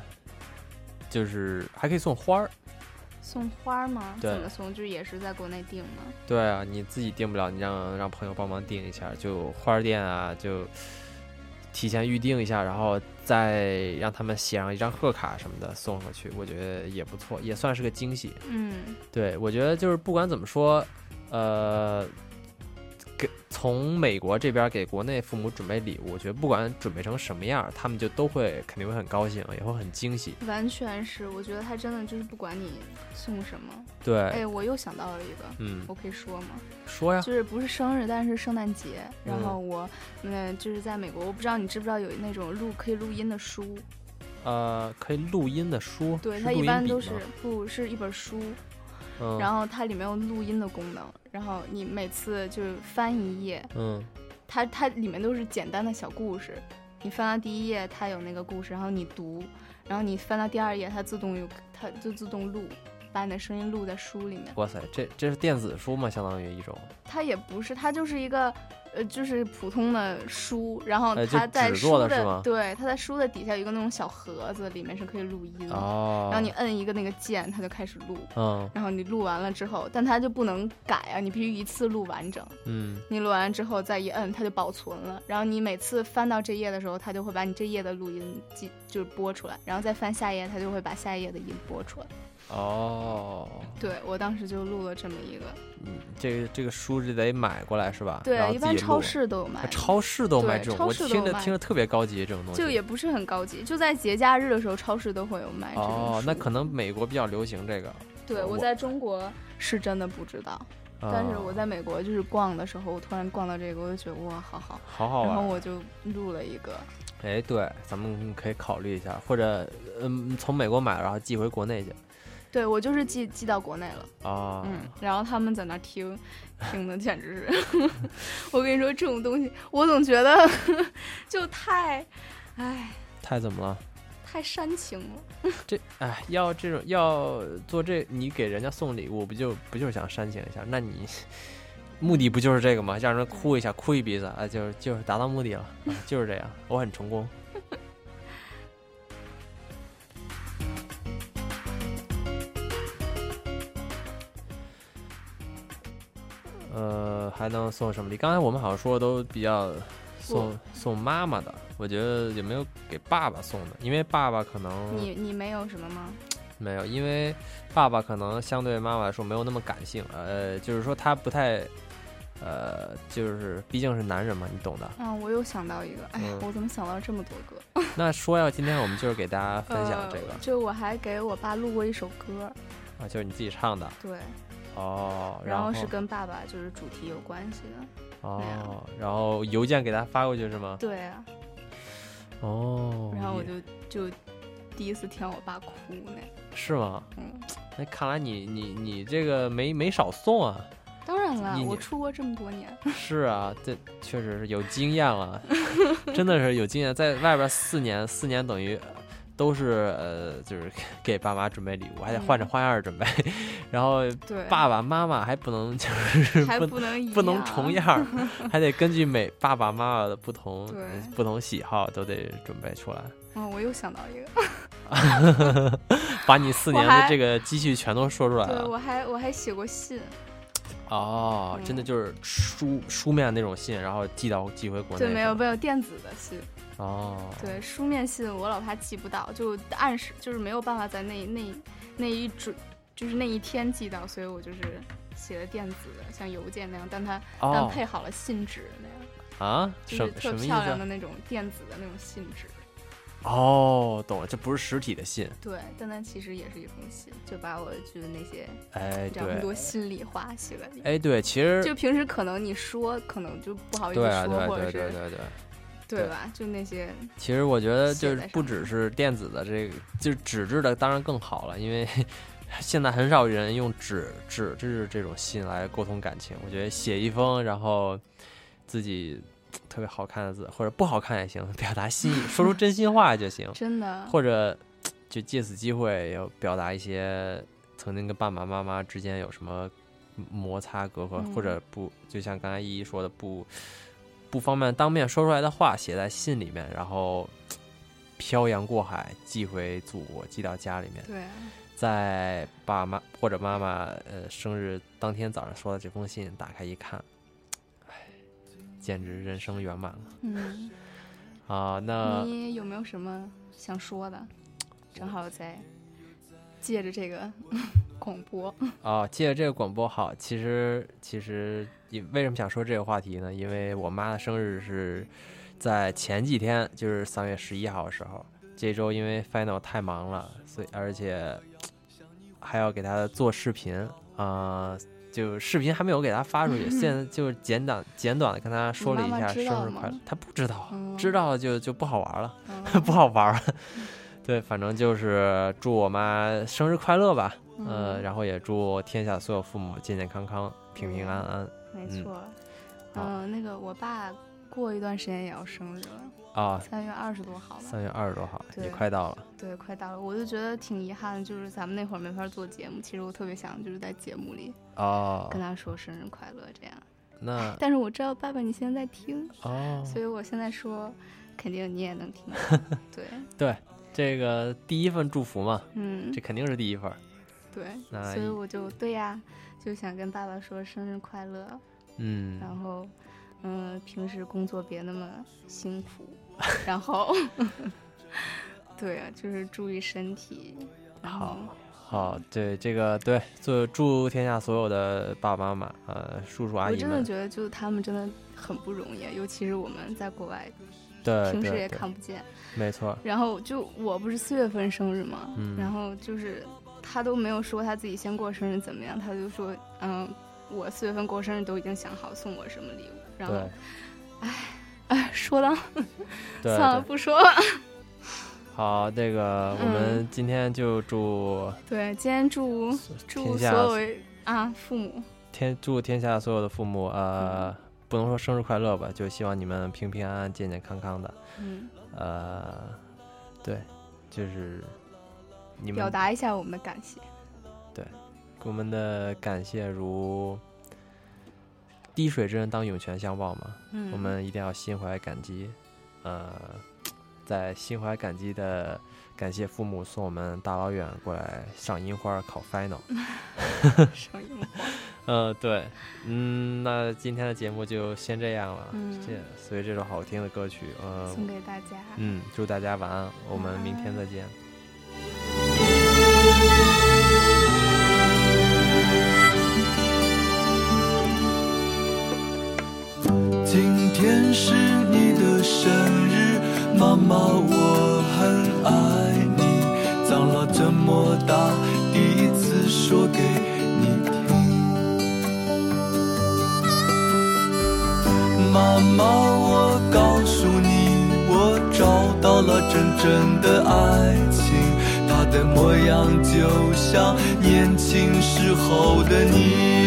Speaker 1: 就是还可以送花儿。
Speaker 10: 送花吗？
Speaker 1: 对
Speaker 10: 怎么送？就是也是在国内订吗？
Speaker 1: 对啊，你自己订不了，你让让朋友帮忙订一下，就花儿店啊，就提前预定一下，然后再让他们写上一张贺卡什么的送过去，我觉得也不错，也算是个惊喜。
Speaker 10: 嗯，
Speaker 1: 对，我觉得就是不管怎么说，呃，给从美国这边给国内父母准备礼物，我觉得不管准备成什么样，他们就都会肯定会很高兴，也会很惊喜。
Speaker 10: 完全是，我觉得他真的就是不管你送什么。
Speaker 1: 对
Speaker 10: 哎，我又想到了一个，
Speaker 1: 嗯
Speaker 10: 我可以说吗？
Speaker 1: 说呀
Speaker 10: 就是不是生日，但是圣诞节。然
Speaker 1: 啊嗯
Speaker 10: 后我，嗯，就是在美国，我不知道你知不知道有那种录可以录音的书，
Speaker 1: 呃，可以录音的书，
Speaker 10: 对，
Speaker 1: 是
Speaker 10: 它
Speaker 1: 录
Speaker 10: 一
Speaker 1: 音
Speaker 10: 般
Speaker 1: 笔
Speaker 10: 都
Speaker 1: 吗
Speaker 10: 是不是一本书，
Speaker 1: 嗯
Speaker 10: 然后它里面有录音的功能，然后你每次就是翻一页，
Speaker 1: 嗯
Speaker 10: 它它里面都是简单的小故事，你翻到第一页，它有那个故事，然后你读，然后你翻到第二页，它自动有它就自动录，把你的声音录在书里面。
Speaker 1: 哇塞，这这是电子书嘛，相当于一种，
Speaker 10: 它也不是，它就是一个。呃，就是普通的书，然后
Speaker 1: 呃就
Speaker 10: 它在
Speaker 1: 纸
Speaker 10: 书
Speaker 1: 做的
Speaker 10: 的，
Speaker 1: 是吗
Speaker 10: 对，它在书的底下有一个那种小盒子，里面是可以录音的。
Speaker 1: 哦
Speaker 10: 嗯然后你摁一个那个键，它就开始录。
Speaker 1: 嗯
Speaker 10: 然后你录完了之后，但它就不能改啊，你必须一次录完整。
Speaker 1: 嗯
Speaker 10: 你录完之后再一摁，它就保存了。然后你每次翻到这页的时候，它就会把你这页的录音记就是播出来，然后再翻下一页，它就会把下一页的音播出来。
Speaker 1: 哦，
Speaker 10: 对我当时就录了这么一个，
Speaker 1: 嗯，这个这个书就得买过来是吧？
Speaker 10: 对
Speaker 1: 然后
Speaker 10: 一
Speaker 1: 自
Speaker 10: 般
Speaker 1: 己
Speaker 10: 超
Speaker 1: 录
Speaker 10: 市都有卖
Speaker 1: 啊超市都有卖
Speaker 10: 对
Speaker 1: 这种，
Speaker 10: 超
Speaker 1: 我
Speaker 10: 市都
Speaker 1: 听
Speaker 10: 有
Speaker 1: 着
Speaker 10: 卖
Speaker 1: 听着特别高级这种东西，
Speaker 10: 就也不是很高级，就在节假日的时候，超市都会有卖这种书。
Speaker 1: 哦，那可能美国比较流行这个。
Speaker 10: 对我在中国是真的不知道。
Speaker 1: 啊
Speaker 10: 但是
Speaker 1: 嗯
Speaker 10: 我在美国就是逛的时候，我突然逛到这个，我就觉得哇，好好，
Speaker 1: 好好
Speaker 10: 然后
Speaker 1: 玩啊
Speaker 10: 我就录了一个，
Speaker 1: 哎，对，咱们可以考虑一下，或者嗯，从美国买，然后寄回国内去
Speaker 10: 对我就是寄寄到国内了，
Speaker 1: 啊。
Speaker 10: 嗯，然后他们在那儿听，听的简直是， 我跟你说这种东西，我总觉得 就太，哎，
Speaker 1: 太怎么了？
Speaker 10: 太煽情了。
Speaker 1: 这哎，要这种要做这，你给人家送礼物，不就不就是想煽情一下？那你目的不就是这个吗？让人哭一下，哭一鼻子，啊，就是就是达到目的了，啊就是这样。我很成功。 呃，还能送什么礼？刚才我们好像说都比较送送妈妈的，我觉得有没有给爸爸送的？因为爸爸可能
Speaker 10: 你你没有什么吗？
Speaker 1: 没有，因为爸爸可能相对妈妈来说没有那么感性，呃，就是说他不太，呃，就是毕竟是男人嘛，你懂的。
Speaker 10: 啊，我又想到一个，哎呀
Speaker 1: 嗯，
Speaker 10: 我怎么想到这么多个？
Speaker 1: 那说要今天我们就是给大家分享这个、
Speaker 10: 呃，就我还给我爸录过一首歌，
Speaker 1: 啊，就是你自己唱的
Speaker 10: 对，
Speaker 1: 哦，
Speaker 10: 然
Speaker 1: 后
Speaker 10: 后是跟爸爸就是主题有关系的，
Speaker 1: 哦，然后邮件给他发过去是吗？
Speaker 10: 对啊。
Speaker 1: 哦，
Speaker 10: 然后我
Speaker 1: 也
Speaker 10: 就就第一次听我爸哭呢。
Speaker 1: 是吗？
Speaker 10: 嗯，
Speaker 1: 那看来你你你这个没没少送啊。
Speaker 10: 当然了
Speaker 1: 一，
Speaker 10: 我
Speaker 1: 年
Speaker 10: 出国这么 多年，
Speaker 1: 是啊，这确 实是有经验了，真的是有经验，在外边四年，四年等于都是呃，就是 给爸妈准备礼物，还得换着花样儿准备。然后
Speaker 10: 嗯对
Speaker 1: 爸爸妈妈还不能就是
Speaker 10: 还
Speaker 1: 不
Speaker 10: 不能一
Speaker 1: 不能
Speaker 10: 样啊
Speaker 1: 重样儿， 还得根据每爸爸妈妈的不同
Speaker 10: 对
Speaker 1: 不同喜好都得准备出来。
Speaker 10: 哦，我又想到一个，
Speaker 1: 把你四
Speaker 10: 我
Speaker 1: 年的
Speaker 10: 还
Speaker 1: 这个积蓄全都说出来
Speaker 10: 对
Speaker 1: 了。
Speaker 10: 我还我还写过信，
Speaker 1: 哦，真的就是书书面那种信，然后寄到寄回国内
Speaker 10: 对，
Speaker 1: 是
Speaker 10: 没有
Speaker 1: 吗。
Speaker 10: 没有电子的信，
Speaker 1: 哦，
Speaker 10: 对，书面信我老怕寄不到，就按时就是没有办法在那那那一准就是那一天寄到，所以我就是写了电子的，像邮件那样，但它、但
Speaker 1: 哦
Speaker 10: 配好了信纸那样，
Speaker 1: 啊，
Speaker 10: 就
Speaker 1: 什
Speaker 10: 是特
Speaker 1: 什么意
Speaker 10: 漂亮的
Speaker 1: 思？
Speaker 10: 那种电子的那种信纸。
Speaker 1: 哦，懂了，这不是实体的信。
Speaker 10: 对，但它其实也是一封信，就把我就是那些
Speaker 1: 哎
Speaker 10: 你知道
Speaker 1: 对
Speaker 10: 很多心里话写在里面。
Speaker 1: 哎，对，其实
Speaker 10: 就平时可能你说，可能就不好意思
Speaker 1: 对
Speaker 10: 说，
Speaker 1: 啊，对啊
Speaker 10: 或
Speaker 1: 对
Speaker 10: 者
Speaker 1: 啊对啊
Speaker 10: 是
Speaker 1: 对嗯啊对啊。
Speaker 10: 对吧？就那些
Speaker 1: 其实我觉得就
Speaker 10: 写
Speaker 1: 是
Speaker 10: 在上
Speaker 1: 不只是电子的这个，就是纸质的当然更好了，因为 现在很少有人用纸纸质这种信来沟通感情。我觉得写一封，然后自己特别好看的字，或者不好看也行，表达心意，说出真心话就行。
Speaker 10: 真的
Speaker 1: 或者就借此机会要表达一些曾经跟爸爸妈妈之间有什么摩擦隔阂，
Speaker 10: 嗯
Speaker 1: 或者不，就像刚才依依说的，不不方便当面说出来的话，写在信里面，然后漂洋过海寄回祖国，寄到家里面。
Speaker 10: 对啊
Speaker 1: 在爸妈或者妈妈呃生日当天早上收到这封信，打开一看，哎，简直人生圆满了
Speaker 10: 嗯，
Speaker 1: 啊！那
Speaker 10: 你有没有什么想说的？正好在借着这个 广播，
Speaker 1: 哦，借着这个广播好，其实其实也为什么想说这个话题呢？因为我妈的生日是在前几天，就是三月十一号的时候。这周因为 final 太忙了，所以而且还要给她做视频啊、就视频还没有给她发出去，现在就是简短简短的跟她说了一
Speaker 10: 你妈妈
Speaker 1: 下
Speaker 10: 知
Speaker 1: 生
Speaker 10: 道
Speaker 1: 日
Speaker 10: 吗
Speaker 1: 快乐，她不知道，
Speaker 10: 嗯
Speaker 1: 知道了就就不好玩了， 不好玩了。 对，反正就是祝我妈生日快乐吧。呃，
Speaker 10: 嗯
Speaker 1: 然后也祝天下所有父母健健康康、平平安安。
Speaker 10: 没
Speaker 1: 嗯
Speaker 10: 错，嗯、那个我爸过一段时间也要生日了，
Speaker 1: 啊，
Speaker 10: 三月二十多号吧。
Speaker 1: 三月二十多号也
Speaker 10: 嗯对
Speaker 1: 快到了。
Speaker 10: 对，快到了，我就觉得挺遗憾的，就是咱们那会儿没法做节目。其实我特别想就是在节目里
Speaker 1: 哦
Speaker 10: 跟他说生日快乐这样。
Speaker 1: 那
Speaker 10: 但是我知道爸爸你现在在听，
Speaker 1: 哦
Speaker 10: 所以我现在说，肯定你也能听 到对
Speaker 1: 对这个第一份祝福嘛，
Speaker 10: 嗯
Speaker 1: 这肯定是第一份。
Speaker 10: 对，
Speaker 1: 那
Speaker 10: 所以
Speaker 1: 一
Speaker 10: 我就对呀，就想跟爸爸说生日快乐，
Speaker 1: 嗯，
Speaker 10: 然后嗯、平时工作别那么辛苦， 然后 对啊，就是注意身体，然后
Speaker 1: 好，对这个对，祝祝天下所有的爸爸妈妈、呃叔叔阿
Speaker 10: 我
Speaker 1: 姨
Speaker 10: 真的
Speaker 1: 们，
Speaker 10: 觉得，就他们真的很不容易，啊尤其是我们在国外，
Speaker 1: 对
Speaker 10: 平时
Speaker 1: 呃对
Speaker 10: 也
Speaker 1: 对
Speaker 10: 看不见。
Speaker 1: 没错，
Speaker 10: 然后就我不是四月份生日嘛，
Speaker 1: 嗯
Speaker 10: 然后就是他都没有说他自己先过生日怎么样，他就说，嗯，我四月份过生日都已经想好送我什么礼物，然后
Speaker 1: 对，
Speaker 10: 哎，说到
Speaker 1: 对
Speaker 10: 算了，
Speaker 1: 对
Speaker 10: 不说了。
Speaker 1: 好，这个我们
Speaker 10: 嗯
Speaker 1: 今天就祝
Speaker 10: 对，今天祝
Speaker 1: 天
Speaker 10: 祝
Speaker 1: 下
Speaker 10: 所有啊父母，
Speaker 1: 天祝天下所有的父母，
Speaker 10: 嗯
Speaker 1: 呃，不能说生日快乐吧，就希望你们平平安安、健健康康的。
Speaker 10: 嗯，
Speaker 1: 呃，对，就是你们
Speaker 10: 表达一下我们的感谢。
Speaker 1: 对我们的感谢如滴水之恩当涌泉相报嘛，
Speaker 10: 嗯
Speaker 1: 我 们一定要心怀感激，呃，在心怀感激的感谢父母送我们大老远过来赏樱花考 final，
Speaker 10: 赏樱花，
Speaker 1: 呃，对，嗯，那今天的节目就先这样了，
Speaker 10: 嗯
Speaker 1: 这随着这首好听的歌曲，呃，
Speaker 10: 送给大家
Speaker 1: 嗯，祝大家晚安，我们明天再见。
Speaker 7: 今天是你的生日，妈妈，我很爱你。长了这么大，第一次说给你听。妈妈，我告诉你，我找到了真正的爱情，它的模样就像年轻时候的你。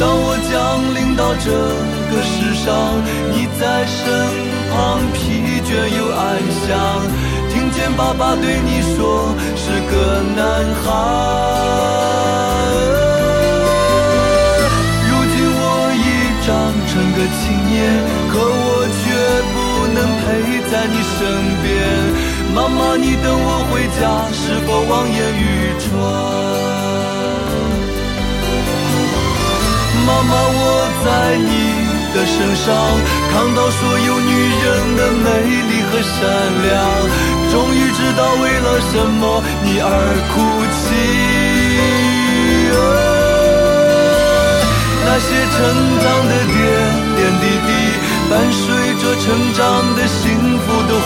Speaker 7: 当我降临到这个世上，你在身旁疲倦响，听见爸爸对你说是个男孩。如今我已长成个青年，可我却不能陪在你身边。妈妈，你等我回家，是否望眼欲穿？妈妈，我在你的身上看到所有女人的美丽和善良，终于知道为了什么你而哭泣。哦那些成长的点点滴滴，伴随着成长的幸福的。